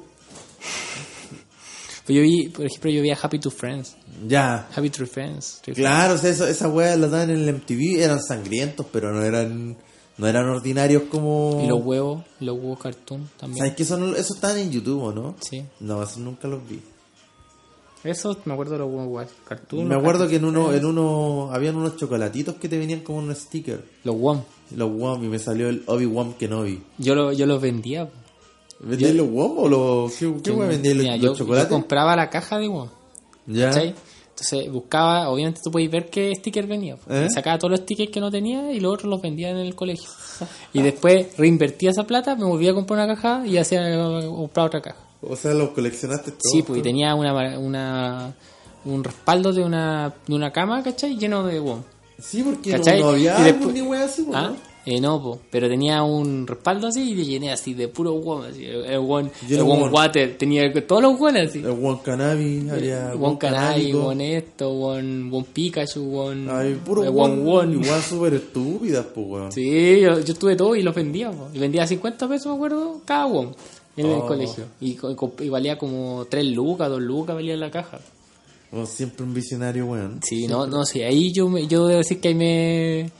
Speaker 4: Pues yo vi, por ejemplo, yo vi a Happy to Friends.
Speaker 3: Ya.
Speaker 4: Happy to Friends. Three
Speaker 3: Claro, o sea, eso- esas weas las dan en el MTV, eran sangrientos, pero no eran no eran ordinarios como...
Speaker 4: Friends. Y los huevos, los huevos cartoon también.
Speaker 3: ¿Sabes que eso, no- eso estaban en YouTube o no?
Speaker 4: Sí.
Speaker 3: No, eso nunca los vi.
Speaker 4: Eso me acuerdo de los huevos guay- cartoon.
Speaker 3: Me
Speaker 4: los
Speaker 3: acuerdo
Speaker 4: cartoon.
Speaker 3: que en uno, en uno habían unos chocolatitos que te venían como un sticker.
Speaker 4: Los WOM.
Speaker 3: Los WOM y me salió el Obi-Wan Kenobi.
Speaker 4: Yo, lo, yo los vendía. po.
Speaker 3: ¿Vendías los WOM o los... ¿Qué, qué
Speaker 4: Yo-
Speaker 3: wea vendías? ¿Los,
Speaker 4: mira,
Speaker 3: los
Speaker 4: yo, yo
Speaker 3: chocolates?
Speaker 4: compraba la caja de WOM.
Speaker 3: ya.
Speaker 4: ¿cachai? Entonces buscaba, obviamente tú podías ver qué sticker venía. po.
Speaker 3: ¿Eh?
Speaker 4: Y Sacaba todos los stickers que no tenía y los otros los vendía en el colegio. Y después reinvertía esa plata, me volvía a comprar una caja y hacía comprar otra caja.
Speaker 3: O sea, los coleccionaste todos.
Speaker 4: Sí, pues y tenía una, una, un respaldo de una, de una cama, ¿cachai? Lleno de WOM.
Speaker 3: Sí, porque no-
Speaker 4: ¿Cachai?
Speaker 3: no, había
Speaker 4: Y
Speaker 3: álbum
Speaker 4: después-
Speaker 3: ni wea así, pues,
Speaker 4: ¿Ah?
Speaker 3: ¿no?
Speaker 4: Eh, no, po, pero tenía un respaldo así y le llené así de puro WOM. Así, el el WOM,
Speaker 3: Lleno
Speaker 4: el WOM
Speaker 3: WOM.
Speaker 4: Water, tenía todos los WOM así.
Speaker 3: El One Cannabis, había...
Speaker 4: WOM Canai,
Speaker 3: canábico.
Speaker 4: WOM esto, WOM, WOM Pikachu, WOM.
Speaker 3: Ay, puro
Speaker 4: eh, WOM WOM.
Speaker 3: Igual súper estúpidas, pues, weón.
Speaker 4: Sí, yo, yo tuve todo y los vendía. po. Y vendía 50 pesos, me acuerdo, cada WOM en el
Speaker 3: Oh.
Speaker 4: colegio. Y, co- co- y valía como 3 lucas, 2 lucas valía la caja.
Speaker 3: Weón, siempre un visionario, weón.
Speaker 4: Sí, no, no, sí, ahí yo, me- yo debo decir que ahí me,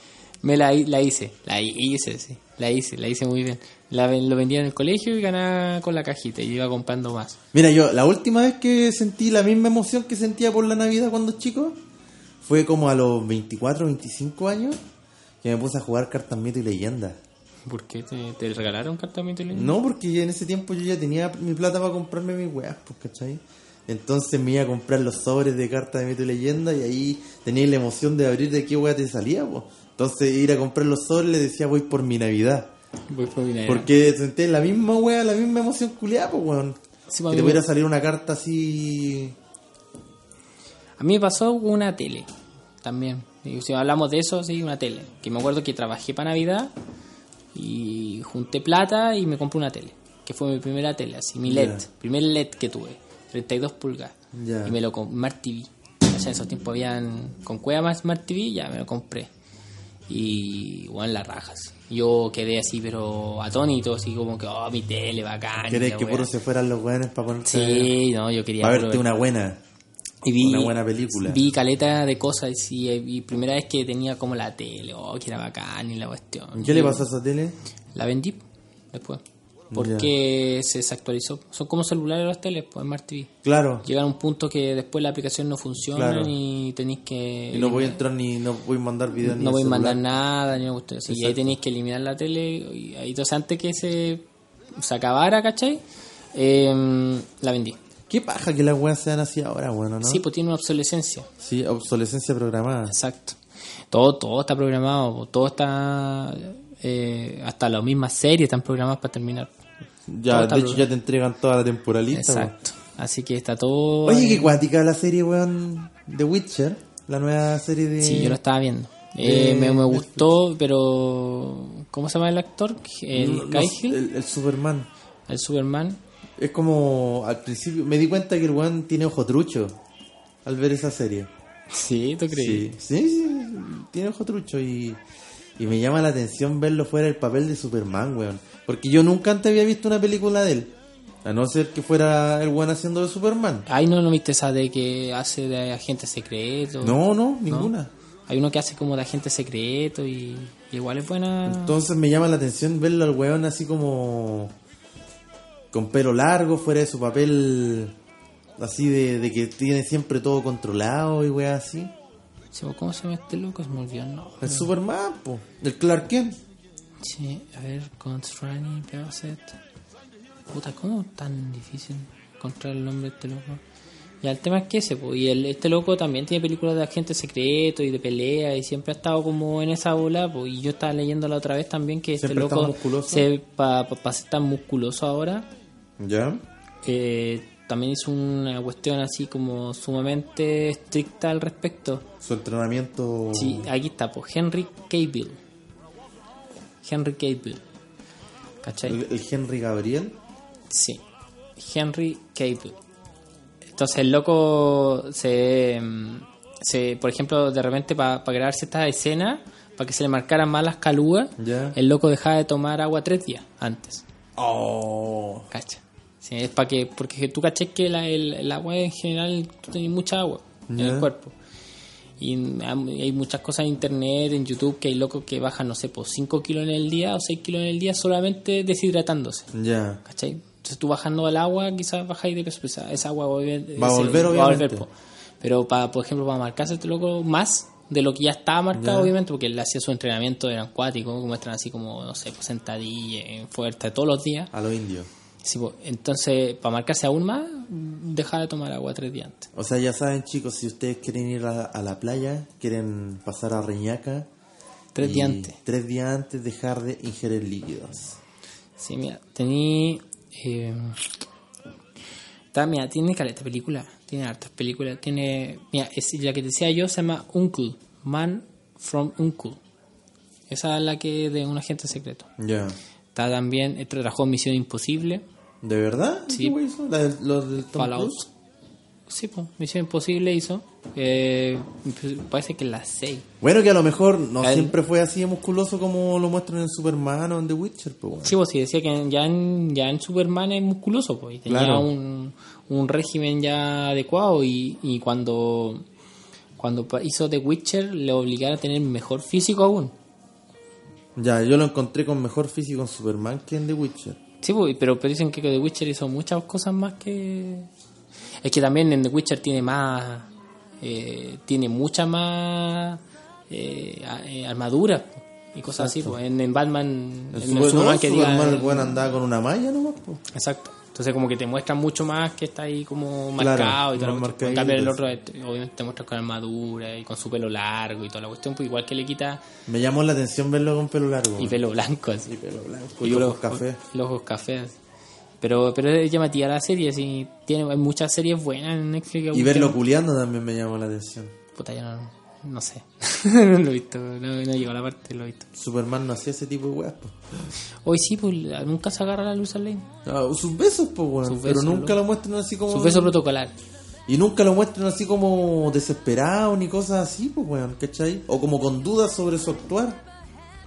Speaker 4: me la, hi- la hice, la hi- hice, sí, la hice, la hice muy bien. La, ven- lo vendía en el colegio y ganaba con la cajita y iba comprando más.
Speaker 3: Mira, yo la última vez que sentí la misma emoción que sentía por la Navidad cuando chico fue como a los 24, 25 años que me puse a jugar cartas mito y leyenda.
Speaker 4: ¿Por qué te, te regalaron carta de Mito
Speaker 3: No, porque ya en ese tiempo yo ya tenía mi plata para comprarme mis weas, pues, ¿cachai? Entonces me iba a comprar los sobres de cartas de mito y leyenda y ahí tenía la emoción de abrir de qué wea te salía, pues. Entonces ir a comprar los sobres le decía voy por mi Navidad.
Speaker 4: Voy por mi Navidad.
Speaker 3: Porque senté la misma wea, la misma emoción culiada, pues, weón.
Speaker 4: Sí, pues,
Speaker 3: que te
Speaker 4: amigo.
Speaker 3: pudiera salir una carta así...
Speaker 4: A mí me pasó una tele también. Y si hablamos de eso, sí, una tele. Que me acuerdo que trabajé para Navidad y junté plata y me compré una tele. Que fue mi primera tele, así, mi
Speaker 3: Ya.
Speaker 4: LED. Primer LED que tuve, 32 pulgadas.
Speaker 3: Ya.
Speaker 4: Y me lo compré, Smart TV. O sea, en esos tiempos habían con cueva más Smart TV, ya me lo compré. Y, bueno, las rajas. Yo quedé así, pero atónito, así como que, oh, mi tele, bacán.
Speaker 3: ¿Querés
Speaker 4: la
Speaker 3: que
Speaker 4: wea.
Speaker 3: puro se fueran los buenos para ponerte.
Speaker 4: Sí, no, yo quería.
Speaker 3: Para
Speaker 4: puro
Speaker 3: verte
Speaker 4: ver-
Speaker 3: una buena.
Speaker 4: y vi,
Speaker 3: una buena película.
Speaker 4: Vi caleta de cosas y, eh, y primera vez que tenía como la tele, oh, que era bacán y la cuestión.
Speaker 3: ¿Qué le
Speaker 4: Y
Speaker 3: pasó a esa tele?
Speaker 4: La vendí después. Porque se desactualizó. Son como celulares los teles, pues Smart TV.
Speaker 3: Claro.
Speaker 4: Llega a un punto que después la aplicación no funciona
Speaker 3: Claro.
Speaker 4: y tenéis que.
Speaker 3: Y no voy a entrar ni no voy a mandar videos
Speaker 4: no
Speaker 3: ni
Speaker 4: voy a
Speaker 3: celular.
Speaker 4: mandar nada, ni una cuestión así. Y ahí
Speaker 3: Exacto.
Speaker 4: tenéis que eliminar la tele. Y ahí, entonces, antes que se, se acabara, ¿cachai? Em, la vendí.
Speaker 3: Qué paja que las weas sean así ahora, bueno, ¿no?
Speaker 4: Sí, pues tiene una obsolescencia.
Speaker 3: Sí, obsolescencia programada.
Speaker 4: Exacto. Todo, todo está programado, po. todo está. eh, hasta las mismas series están programadas para terminar. Todo
Speaker 3: Ya,
Speaker 4: está
Speaker 3: de hecho
Speaker 4: programado.
Speaker 3: ya te entregan toda la temporalista. weón.
Speaker 4: Exacto. Así que está todo.
Speaker 3: Oye, qué cuática la serie, weón, de Witcher, la nueva serie de
Speaker 4: Sí, yo lo estaba viendo. Eh,
Speaker 3: Eh,
Speaker 4: me, me
Speaker 3: Netflix.
Speaker 4: gustó, pero. ¿Cómo se llama el actor? El
Speaker 3: No, no,
Speaker 4: Guy Hill, el...
Speaker 3: el, el Superman.
Speaker 4: Superman.
Speaker 3: Es como al principio me di cuenta que el weón tiene ojo trucho al ver esa serie.
Speaker 4: Sí, ¿tú crees?
Speaker 3: Sí, sí, sí, tiene ojo trucho y, y me llama la atención verlo fuera del papel de Superman, weón. Porque yo nunca antes había visto una película de él. A no ser que fuera el weón haciendo de Superman.
Speaker 4: Ay, no, no viste esa de que hace de agente secreto.
Speaker 3: No, no, ninguna.
Speaker 4: Hay uno que hace como de agente secreto y, y igual es buena.
Speaker 3: Entonces me llama la atención verlo al weón así como con pelo largo, fuera de su papel así de, de que tiene siempre todo controlado y weón así.
Speaker 4: Sí, ¿Cómo se llama este loco? Se me olvidó el nombre.
Speaker 3: El Superman, po. El Clark Kent.
Speaker 4: Sí, a ver, Constraining Paraset. Puta, ¿cómo tan difícil encontrar el nombre de este loco? Ya, el tema es que ese, po, y el, este loco también tiene películas de agente secreto y de pelea y siempre ha estado como en esa bola, po, y yo estaba leyendo la otra vez también que este
Speaker 3: Siempre está
Speaker 4: loco,
Speaker 3: musculoso.
Speaker 4: se, para ser tan musculoso ahora,
Speaker 3: ¿Ya?
Speaker 4: eh, también hizo una cuestión así como sumamente estricta al respecto.
Speaker 3: Su entrenamiento...
Speaker 4: Sí, aquí está, pues Henry Cavill. Henry Cavill. ¿Cachai?
Speaker 3: El, el Henry Gabriel.
Speaker 4: Sí. Henry Cavill. Entonces el loco se, mm, se por ejemplo, de repente para crear ciertas escenas, para que se le marcaran más las calugas,
Speaker 3: Ya.
Speaker 4: el loco dejaba de tomar agua tres días antes.
Speaker 3: Oh.
Speaker 4: ¿Cacha? Sí, es para que, porque tú caché que la, el, el agua en general, tú tenés mucha agua en
Speaker 3: Ya.
Speaker 4: el cuerpo. Y am- hay muchas cosas en internet, en YouTube, que hay locos que bajan, no sé, por 5 kilos en el día o 6 kilos en el día solamente deshidratándose.
Speaker 3: Ya.
Speaker 4: ¿Cachai? Entonces tú bajando al agua, quizás bajáis de peso, pues, esa- esa agua obvi-
Speaker 3: Va a
Speaker 4: ese-
Speaker 3: volver,
Speaker 4: a
Speaker 3: obviamente.
Speaker 4: po. Pero, para por ejemplo, para marcarse este loco más de lo que ya estaba marcado,
Speaker 3: Ya.
Speaker 4: obviamente, porque él hacía su entrenamiento en acuático, como están así como, no sé, pues, sentadilla, en fuerza, todos los días.
Speaker 3: A lo indio.
Speaker 4: Sí, po. entonces, para marcarse aún más, deja de tomar agua tres días antes.
Speaker 3: O sea, ya saben, chicos, si ustedes quieren ir a, a la playa, quieren pasar a Reñaca.
Speaker 4: Tres
Speaker 3: y
Speaker 4: días antes.
Speaker 3: Tres días antes dejar de ingerir líquidos.
Speaker 4: Sí, mira, tení... Eh, está, mira, tiene caleta de película. Tiene hartas películas. Tiene... Mira, es, la que decía yo se llama Uncle. Man from Uncle. Esa es la que es de un agente secreto.
Speaker 3: Ya.
Speaker 4: Está también... eh, Trabajó en Misión Imposible.
Speaker 3: ¿De verdad?
Speaker 4: Sí.
Speaker 3: ¿Qué güey hizo? ¿La del- ¿Los del Tom
Speaker 4: Fallout.
Speaker 3: Cruise?
Speaker 4: Sí, pues, Misión Imposible hizo. Eh, parece que las seis.
Speaker 3: Bueno, que a lo mejor no
Speaker 4: El-
Speaker 3: siempre fue así de musculoso como lo muestran en Superman o en The Witcher, pues bueno.
Speaker 4: Sí, pues sí, decía que en- ya en, ya en Superman es musculoso, pues, y tenía
Speaker 3: Claro.
Speaker 4: un, un régimen ya adecuado y, y cuando, cuando pa- hizo The Witcher le obligaron a tener mejor físico aún.
Speaker 3: Ya, yo lo encontré con mejor físico en Superman que en The Witcher.
Speaker 4: Sí, pues, pero, pero dicen que The Witcher hizo muchas cosas más que... Es que también en The Witcher tiene más... eh, tiene mucha más eh, a- eh, armadura y cosas así, pues en, en Batman...
Speaker 3: En
Speaker 4: en el
Speaker 3: Super- no,
Speaker 4: Superman que diga-
Speaker 3: Superman el weón andaba con una malla nomás, pues.
Speaker 4: Exacto. Entonces como que te muestra mucho más que está ahí como
Speaker 3: Claro,
Speaker 4: marcado y toda la
Speaker 3: más
Speaker 4: cuestión. En
Speaker 3: marcadito,
Speaker 4: cambio el otro eh, obviamente te muestra con armadura y con su pelo largo y toda la cuestión, pues igual que le quita
Speaker 3: Me llamó la atención verlo con pelo largo.
Speaker 4: y
Speaker 3: güey.
Speaker 4: pelo blanco así.
Speaker 3: Y pelo blanco. Y ojos café.
Speaker 4: Los ojos café. así. Pero, pero es llamativa la serie, así. Tiene, hay muchas series buenas en Netflix.
Speaker 3: Y
Speaker 4: aunque
Speaker 3: verlo
Speaker 4: no-
Speaker 3: culiando también me llamó la atención.
Speaker 4: Puta, yo no, no sé. no lo he visto, no, no llegó a la parte, lo he visto.
Speaker 3: Superman no hacía ese tipo de weas, po.
Speaker 4: Hoy sí, pues nunca se agarra la luz al ley.
Speaker 3: Ah, sus besos, pues, weón.
Speaker 4: Sus
Speaker 3: Pero
Speaker 4: besos,
Speaker 3: nunca
Speaker 4: loco.
Speaker 3: lo muestran así como.
Speaker 4: Su beso protocolar.
Speaker 3: Y nunca lo muestran así como desesperado ni cosas así, pues, weón, ¿cachai? O como con dudas sobre su actuar.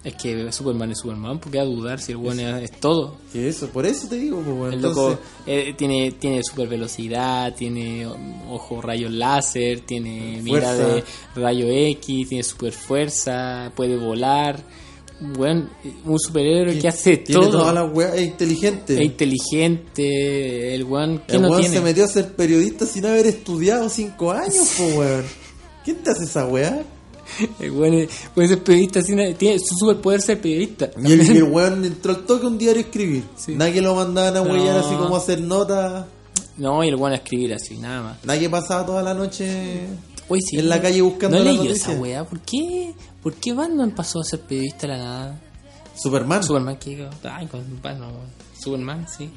Speaker 4: Es que Superman es Superman, porque a dudar si el weón es, es todo.
Speaker 3: Que eso, por eso te digo, pues, weón.
Speaker 4: El
Speaker 3: Entonces,
Speaker 4: loco eh, tiene, tiene super velocidad, tiene o- ojo rayo láser, tiene mira
Speaker 3: Fuerza.
Speaker 4: de rayo X, tiene super fuerza, puede volar. Bueno, un superhéroe que, hace
Speaker 3: tiene
Speaker 4: todo.
Speaker 3: todas las weas, es inteligente.
Speaker 4: Es inteligente, el weón que
Speaker 3: El
Speaker 4: no
Speaker 3: weón
Speaker 4: tiene.
Speaker 3: se metió a ser periodista sin haber estudiado cinco años, pues, weón. ¿Quién te hace esa weá?
Speaker 4: El weón es- puede ser periodista, sin- tiene su superpoder ser periodista.
Speaker 3: Y el, y el weón entró al toque a un diario a escribir.
Speaker 4: Sí.
Speaker 3: Nadie lo mandaban a
Speaker 4: No.
Speaker 3: huellar así como a hacer notas.
Speaker 4: No, y el weón a escribir así, nada más.
Speaker 3: Nadie pasaba toda la noche.
Speaker 4: Oye, sí,
Speaker 3: En la calle buscando
Speaker 4: No
Speaker 3: la
Speaker 4: leí yo
Speaker 3: noticia.
Speaker 4: esa weá. ¿Por qué? ¿Por qué Batman pasó a ser periodista de la nada?
Speaker 3: Superman.
Speaker 4: Superman que ay con Batman weón. Superman sí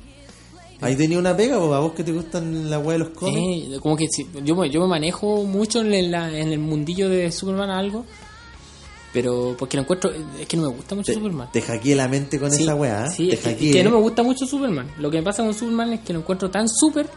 Speaker 3: Ahí tenía una pega, po, a vos que te gustan la weá de los cómics.
Speaker 4: Eh, como que sí, yo, me- yo me manejo mucho en, la- en el mundillo de Superman algo pero porque lo encuentro es que no me gusta mucho
Speaker 3: Te,
Speaker 4: Superman
Speaker 3: te hackeé la mente con
Speaker 4: Sí,
Speaker 3: esa weá. ¿eh?
Speaker 4: sí,
Speaker 3: te
Speaker 4: es que, es
Speaker 3: hackeé.
Speaker 4: que no me gusta mucho Superman lo que me pasa con Superman es que lo encuentro tan super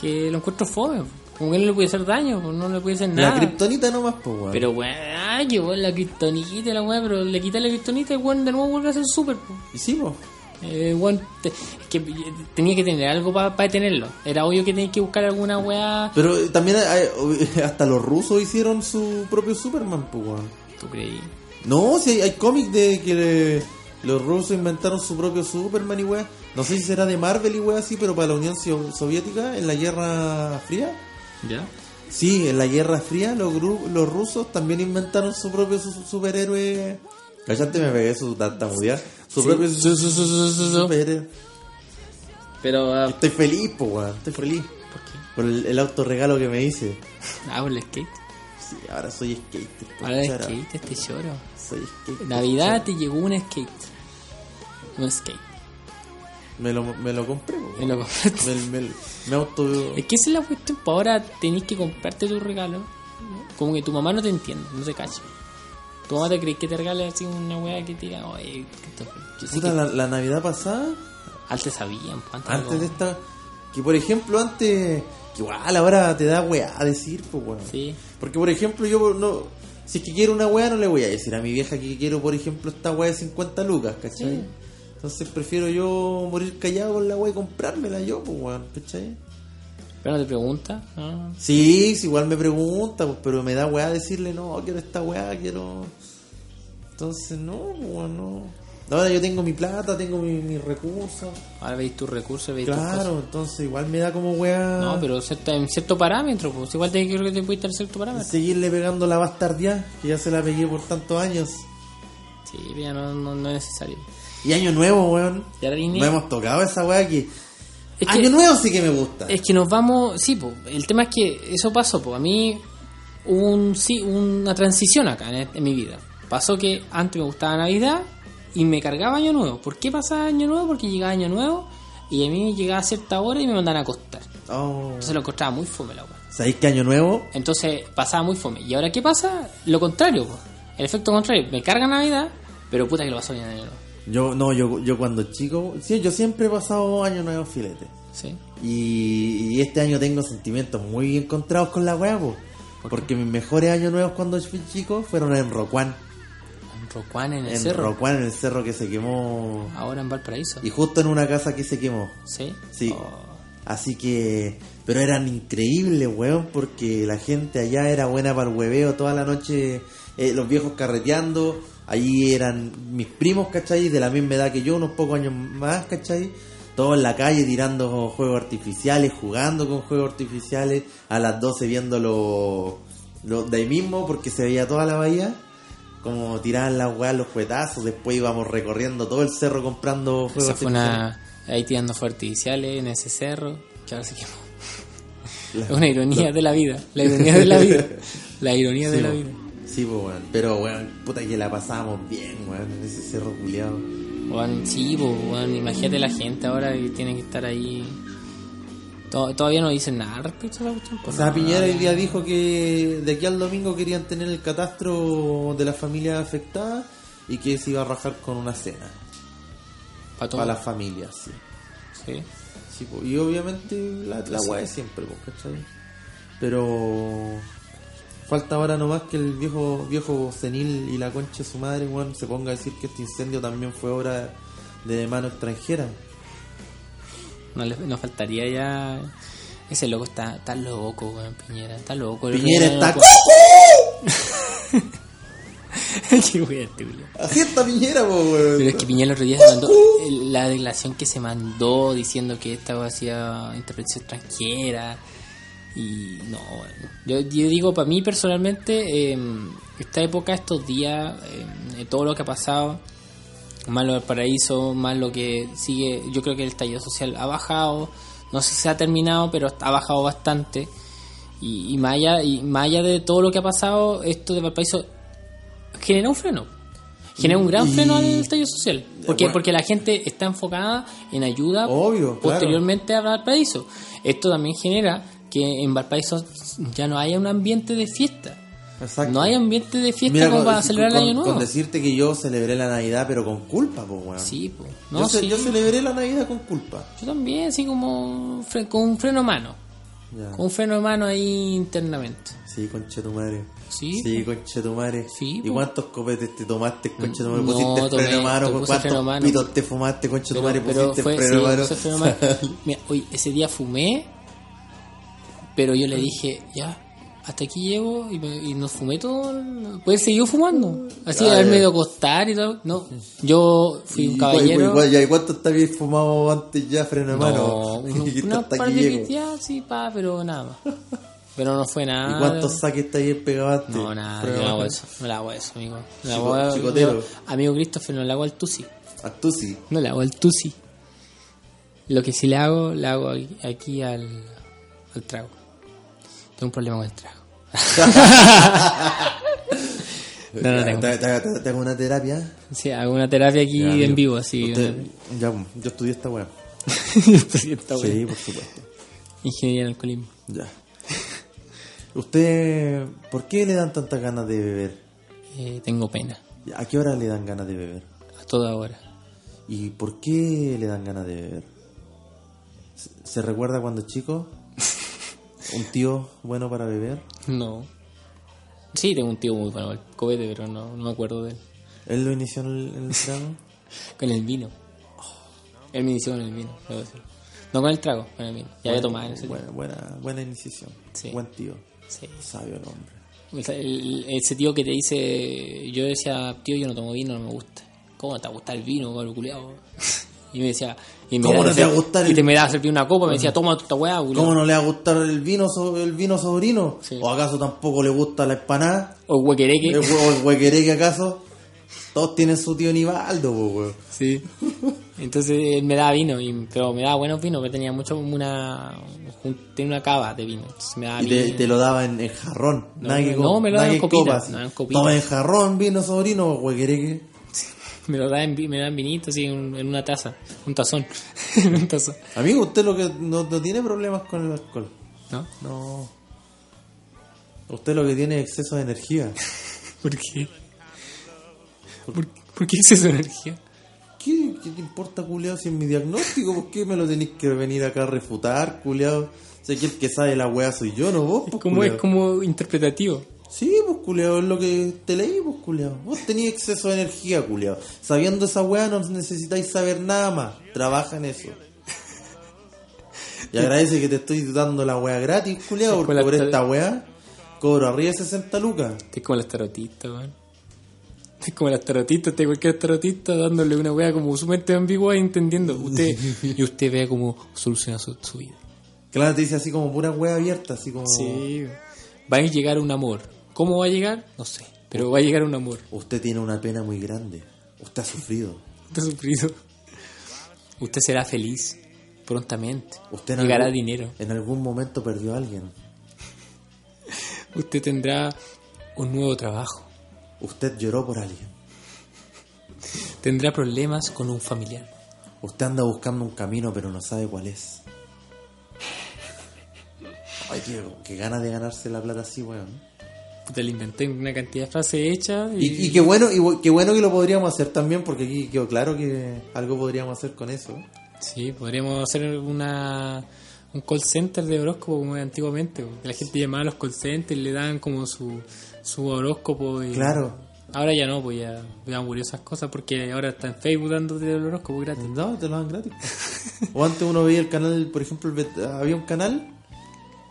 Speaker 4: que lo encuentro fome como que no le puede hacer daño pues, no le puede hacer
Speaker 3: La
Speaker 4: nada
Speaker 3: kriptonita nomás, pues, weón.
Speaker 4: pero weón, ay, que weón, la kriptonita, la weón, pero le quita la kriptonita y weón de nuevo vuelve a ser pues. super. po.
Speaker 3: Y sí, po.
Speaker 4: Eh, weón, te- es que eh, tenía que tener algo para detenerlo. Era obvio que tenía que buscar alguna weá.
Speaker 3: Pero eh, también hay- hay- hasta los rusos hicieron su propio Superman, pues, weón.
Speaker 4: ¿Tú creí?
Speaker 3: No, si hay, hay cómics de que eh, los rusos inventaron su propio Superman y weá. No sé si será de Marvel y weá así, pero para la Unión Sio- Soviética, en la Guerra Fría.
Speaker 4: ¿Ya?
Speaker 3: Sí, en la Guerra Fría los, gru- los rusos también inventaron su propio su- su- superhéroe. Cállate, me pegué su tartamudea. Su
Speaker 4: Sí.
Speaker 3: propio
Speaker 4: Su-
Speaker 3: su-
Speaker 4: su- su- su- su- su.
Speaker 3: superhéroe.
Speaker 4: Pero, ah,
Speaker 3: Estoy feliz, po, weón. Estoy feliz
Speaker 4: ¿por qué?
Speaker 3: por el, el autorregalo que me hice.
Speaker 4: Ah, por el skate.
Speaker 3: Sí, ahora soy skater. po,
Speaker 4: Ahora el
Speaker 3: chara.
Speaker 4: skate, este lloro.
Speaker 3: Soy skater.
Speaker 4: Navidad te llegó un skate. Un skate.
Speaker 3: Me lo, me lo compré, po,
Speaker 4: Me lo
Speaker 3: weón.
Speaker 4: compraste.
Speaker 3: Me, me- me auto.
Speaker 4: Es que esa es la cuestión. pa' ahora tenés que comprarte tu regalo. Como que tu mamá no te entiende, no te cacha. Tu mamá te cree que te regale así una weá que te diga, oye, Christopher, yo sé
Speaker 3: Puta,
Speaker 4: que
Speaker 3: la, la Navidad pasada,
Speaker 4: antes sabían, pues, antes,
Speaker 3: antes
Speaker 4: no-
Speaker 3: de esta. Que por ejemplo, antes. que Igual ahora te da weá a decir, pues weón.
Speaker 4: Sí.
Speaker 3: Porque por ejemplo, yo no. Si es que quiero una weá, no le voy a decir a mi vieja que quiero, por ejemplo, esta weá de 50 lucas, ¿cachai?
Speaker 4: Sí.
Speaker 3: Entonces prefiero yo morir callado con la weá y comprármela yo, pues weón, ¿cachai?
Speaker 4: Pero no te pregunta, ¿no?
Speaker 3: Sí, sí, igual me pregunta, pues, pero me da weá decirle, no, quiero esta weá, quiero. Entonces, no, pues, weón, no. Ahora yo tengo mi plata, tengo mi- mis recursos.
Speaker 4: Ahora veis tus recursos, veis tus cosas.
Speaker 3: Claro, entonces igual me da como weá.
Speaker 4: No, pero cierta- en cierto parámetro, pues igual te creo que te puede estar cierto parámetro.
Speaker 3: Seguirle pegando la bastardía, que ya se la pegué por tantos años.
Speaker 4: Sí, pero ya no, no, no es necesario.
Speaker 3: Y año nuevo, weón.
Speaker 4: Y ahora viene-
Speaker 3: No hemos tocado esa weá que.
Speaker 4: Es
Speaker 3: año
Speaker 4: que-
Speaker 3: nuevo sí que me gusta.
Speaker 4: Es que nos vamos, sí, pues, el tema es que eso pasó, pues a mí hubo un, sí, una transición acá en, en mi vida. Pasó que antes me gustaba Navidad y me cargaba Año Nuevo. ¿Por qué pasaba Año Nuevo? Porque llegaba Año Nuevo y a mí me llegaba a cierta hora y me mandaban a acostar.
Speaker 3: Oh.
Speaker 4: Entonces lo encontraba muy fome la weá.
Speaker 3: ¿Sabéis que año nuevo?
Speaker 4: Entonces pasaba muy fome. ¿Y ahora qué pasa? Lo contrario, po. el efecto contrario. Me carga Navidad, pero puta que lo paso bien en enero.
Speaker 3: Yo, no, yo, yo cuando chico. Sí, yo siempre he pasado año nuevo filete.
Speaker 4: ¿Sí?
Speaker 3: Y, y este año tengo sentimientos muy encontrados con la weá, po. Porque mis mejores años nuevos cuando fui chico fueron en Rocuán.
Speaker 4: En Rocuán, en el
Speaker 3: En
Speaker 4: cerro.
Speaker 3: Rocuán, en el cerro que se quemó.
Speaker 4: Ahora en Valparaíso.
Speaker 3: Y justo en una casa que se quemó.
Speaker 4: ¿Sí?
Speaker 3: Sí.
Speaker 4: Oh,
Speaker 3: Así que. Pero eran increíbles, weón, porque la gente allá era buena para el hueveo toda la noche. eh, los viejos carreteando. Allí eran mis primos, ¿cachai? De la misma edad que yo, unos pocos años más, ¿cachai? Todos en la calle tirando juegos artificiales, jugando con juegos artificiales. A las 12 viendo los. los de ahí mismo, porque se veía toda la bahía. Como tiraban las weas, los juguetazos. Después íbamos recorriendo todo el cerro comprando juegos
Speaker 4: esa fue
Speaker 3: artificiales.
Speaker 4: una. Ahí tirando fuegos artificiales en ese cerro. Que ahora se quemó.
Speaker 3: La-
Speaker 4: Es una ironía de la vida. La ironía de la vida. La ironía de la vida.
Speaker 3: Sí, pues, weón. Pero, weón, puta que la pasábamos bien, weón, en ese cerro culiado.
Speaker 4: Weón, sí, po, weón, imagínate la gente ahora que tiene que estar ahí. To- Todavía no dicen nada respecto a la cuestión. po,
Speaker 3: O sea,
Speaker 4: no.
Speaker 3: Piñera hoy día dijo que de aquí al domingo querían tener el catastro de la familia afectada y que se iba a rajar con una cena.
Speaker 4: Pa' todo.
Speaker 3: Para las familias, sí.
Speaker 4: Sí.
Speaker 3: Sí, po. Y obviamente la, la weá es siempre, pues, ¿cachai? Pero falta ahora nomás que el viejo viejo senil y la concha de su madre weón, se ponga a decir que este incendio también fue obra de mano extranjera.
Speaker 4: No, le- no faltaría ya. Ese loco está, está loco, weón, Piñera. Está loco. El
Speaker 3: Piñera
Speaker 4: otro día
Speaker 3: está
Speaker 4: me acuerdo- Qué weón, este weón.
Speaker 3: Así está Piñera, po, weón.
Speaker 4: Pero es que Piñera el otro día se mandó. el- La declaración que se mandó diciendo que esta weá hacía intervención extranjera. Y no, bueno. yo, yo digo, para mí personalmente, eh, esta época, estos días, eh, eh, todo lo que ha pasado, más lo del paraíso, más lo que sigue, yo creo que el estallido social ha bajado, no sé si se ha terminado, pero ha bajado bastante. Y, y, más allá, y más allá de todo lo que ha pasado, esto de Valparaíso genera un freno. Genera un gran
Speaker 3: Y-
Speaker 4: freno al estallido social. Porque,
Speaker 3: bueno.
Speaker 4: porque la gente está enfocada en ayuda
Speaker 3: Obvio, claro.
Speaker 4: posteriormente a Valparaíso. Esto también genera que en Valparaíso ya no haya un ambiente de fiesta.
Speaker 3: Exacto.
Speaker 4: No hay ambiente de fiesta
Speaker 3: Mira,
Speaker 4: como
Speaker 3: con-
Speaker 4: para celebrar el
Speaker 3: con-
Speaker 4: año nuevo.
Speaker 3: Con decirte que yo celebré la Navidad, pero con culpa, po, weón.
Speaker 4: Sí, po.
Speaker 3: Yo
Speaker 4: No,
Speaker 3: ce-
Speaker 4: sí.
Speaker 3: yo
Speaker 4: yo,
Speaker 3: celebré la Navidad con culpa.
Speaker 4: también, así como fre- con un freno a mano.
Speaker 3: Ya.
Speaker 4: Con un freno a mano ahí internamente.
Speaker 3: Sí, concha tu madre.
Speaker 4: Sí,
Speaker 3: Sí, concha tu madre.
Speaker 4: Sí,
Speaker 3: ¿Y
Speaker 4: po. Mm,
Speaker 3: cuántos copetes te tomaste, concha tu madre?
Speaker 4: No,
Speaker 3: ¿Pusiste el
Speaker 4: tomé-
Speaker 3: freno a mano?
Speaker 4: te puse
Speaker 3: ¿Cuántos
Speaker 4: freno a mano.
Speaker 3: pitos te fumaste, concha tu
Speaker 4: Pero,
Speaker 3: madre?
Speaker 4: pero
Speaker 3: ¿Pusiste
Speaker 4: fue,
Speaker 3: el freno a
Speaker 4: sí,
Speaker 3: mano?
Speaker 4: puse el freno a mano. Mira, oye, ese día fumé, pero yo le dije, ya, hasta aquí llevo y, me- y no fumé todo. Pues siguió fumando. Así,
Speaker 3: Ah,
Speaker 4: al
Speaker 3: ya.
Speaker 4: medio acostar y todo. No, yo fui un caballero.
Speaker 3: ¿Y, cu- y- y- y cuánto te habías fumado antes ya, freno a mano?
Speaker 4: No, uno-
Speaker 3: Y
Speaker 4: una
Speaker 3: hasta
Speaker 4: par
Speaker 3: aquí
Speaker 4: de
Speaker 3: llego.
Speaker 4: piteadas, sí, pa, pero nada más. Pero no fue nada.
Speaker 3: ¿Y cuántos saques te habías pegado antes?
Speaker 4: No, nada,
Speaker 3: Freno
Speaker 4: yo
Speaker 3: a
Speaker 4: no hago
Speaker 3: mano.
Speaker 4: eso, no le hago eso, amigo. No le
Speaker 3: Chico-
Speaker 4: hago-
Speaker 3: chicotero.
Speaker 4: yo- amigo Christopher, no le hago al Tusi.
Speaker 3: A Ah, tú sí.
Speaker 4: No le hago al Tusi. Lo que sí le hago, le hago aquí- aquí al, al trago. Tengo un problema con el trago. no, no
Speaker 3: Ya,
Speaker 4: tengo.
Speaker 3: te- te- te- te hago una terapia.
Speaker 4: Sí, hago una terapia aquí
Speaker 3: Ya,
Speaker 4: en
Speaker 3: amigo.
Speaker 4: vivo, así.
Speaker 3: Usted- ya, pues, yo estudié esta weá.
Speaker 4: Esta wea.
Speaker 3: Sí, por supuesto.
Speaker 4: Ingeniería en alcoholismo.
Speaker 3: Ya. ¿Usted por qué le dan tantas ganas de beber?
Speaker 4: Eh, tengo pena,
Speaker 3: ¿A qué hora le dan ganas de beber?
Speaker 4: a toda hora.
Speaker 3: ¿Y por qué le dan ganas de beber? ¿Se, se recuerda cuando chico? ¿Un tío bueno para beber?
Speaker 4: No. Sí, tengo un tío muy bueno, el cobete, pero no, no me acuerdo de él.
Speaker 3: ¿Él lo inició en el, en el trago?
Speaker 4: Con el vino. Él me inició con el vino, debo decir. No con el trago, con el vino. Ya había tomado en ese
Speaker 3: Buena, buena, buena iniciación.
Speaker 4: Sí.
Speaker 3: Buen tío.
Speaker 4: tiempo. Sí.
Speaker 3: Sabio el hombre.
Speaker 4: O sea, el- ese tío que te dice, yo decía, tío, yo no tomo vino, no me gusta. ¿Cómo te gusta el vino, cabrón culiao? Y me decía, y me
Speaker 3: ¿Cómo
Speaker 4: daba
Speaker 3: no te va a
Speaker 4: ser-
Speaker 3: gustar
Speaker 4: Y
Speaker 3: el-
Speaker 4: te me daba a servir una copa, me decía, toma esta weá, culiao".
Speaker 3: ¿Cómo no le va a gustar el vino, so- el vino sobrino?
Speaker 4: Sí.
Speaker 3: ¿O acaso tampoco le gusta la empanada?
Speaker 4: O huequereque.
Speaker 3: ¿El huevo el huequereque acaso? Todos tienen su tío Nivaldo, po, weón.
Speaker 4: Sí. Entonces él me daba vino, y, pero me daba buenos vinos, porque tenía mucho una un- tenía una cava de vino. Entonces me daba
Speaker 3: Y te,
Speaker 4: vino.
Speaker 3: te lo daba en, en jarrón.
Speaker 4: No,
Speaker 3: nada que,
Speaker 4: no,
Speaker 3: co-
Speaker 4: me lo
Speaker 3: nada
Speaker 4: daban
Speaker 3: que
Speaker 4: copita,
Speaker 3: copas.
Speaker 4: me daban copita.
Speaker 3: Toma en jarrón, vino sobrino, huequereque.
Speaker 4: Me lo daban, vi- me daban vinito así en, en una taza, un tazón, en un tazón,
Speaker 3: Amigo, usted lo que no, no tiene problemas con el alcohol.
Speaker 4: ¿no?
Speaker 3: No. Usted lo que tiene es exceso de energía.
Speaker 4: ¿Por qué? ¿Por, por qué es esa energía?
Speaker 3: ¿Qué, qué te importa, culiado, si es mi diagnóstico? ¿Por qué me lo tenéis que venir acá a refutar, culiado? Sé que el que sabe la weá soy yo, no vos, pues,
Speaker 4: Como Oh, es
Speaker 3: culiao.
Speaker 4: como interpretativo.
Speaker 3: Sí, pues culeado, es lo que te leí, pues culeado. Vos tenías exceso de energía, culeado. Sabiendo esa weá no necesitáis saber nada más. Trabaja en eso. Y agradece que te estoy dando la weá gratis, culeado,
Speaker 4: Es
Speaker 3: porque
Speaker 4: como
Speaker 3: por
Speaker 4: la-
Speaker 3: esta weá cobro arriba de 60 lucas.
Speaker 4: Este es como las tarotistas, weón. Este es como las tarotistas, este cualquier tarotista dándole una wea como sumamente ambigua y entendiendo. Usted, y usted vea cómo soluciona su, su vida.
Speaker 3: Claro, te dice así como pura weá abierta, así
Speaker 4: Oh.
Speaker 3: como...
Speaker 4: Sí. Va a llegar un amor. ¿Cómo va a llegar? No sé. Pero va a llegar un amor.
Speaker 3: Usted tiene una pena muy grande. Usted ha sufrido.
Speaker 4: Usted ha sufrido. Usted será feliz prontamente.
Speaker 3: Usted en
Speaker 4: Llegará
Speaker 3: algún-
Speaker 4: dinero.
Speaker 3: En algún momento perdió a alguien.
Speaker 4: Usted tendrá un nuevo trabajo.
Speaker 3: Usted lloró por alguien.
Speaker 4: Tendrá problemas con un familiar.
Speaker 3: Usted anda buscando un camino pero no sabe cuál es. Ay, qué, qué ganas de ganarse la plata así, weón.
Speaker 4: Puta, le inventé una cantidad de frases hechas y,
Speaker 3: Y, y qué bueno, y bu- qué bueno que lo podríamos hacer también, porque aquí quedó claro que algo podríamos hacer con eso.
Speaker 4: sí, podríamos hacer una un call center de horóscopo como era antiguamente. po. Que la gente llamaba a los call centers y le daban como su, su horóscopo. y-
Speaker 3: Claro.
Speaker 4: Ahora ya no, pues ya, ya murió esas cosas porque ahora está en Facebook dándote el horóscopo gratis.
Speaker 3: No, te lo dan gratis. o antes uno veía el canal, por ejemplo, el BT había un canal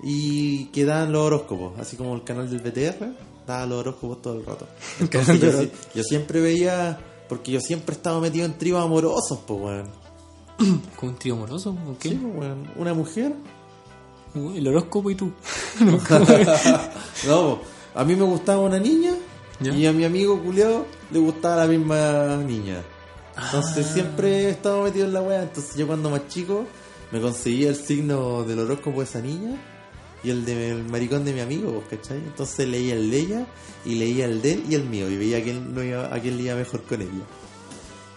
Speaker 3: y que daban los horóscopos, así como el canal del BTR, daba los horóscopos todo el rato. Entonces yo, si- yo siempre veía, porque yo siempre estaba metido en tribos amorosos, pues, weón.
Speaker 4: Como un trío amoroso, ¿o qué?
Speaker 3: Sí, po, weón. Una mujer.
Speaker 4: El horóscopo y tú.
Speaker 3: no, po. a mí me gustaba una niña
Speaker 4: Ya.
Speaker 3: y a mi amigo culiao le gustaba la misma niña. Entonces siempre estaba metido en la wea. Entonces yo cuando más chico me conseguía el signo del horóscopo de esa niña y el del maricón de mi amigo, pues, ¿cachai? Entonces leía el de ella y leía el de él y el mío y veía a quién, no iba, a quién le iba mejor con ella.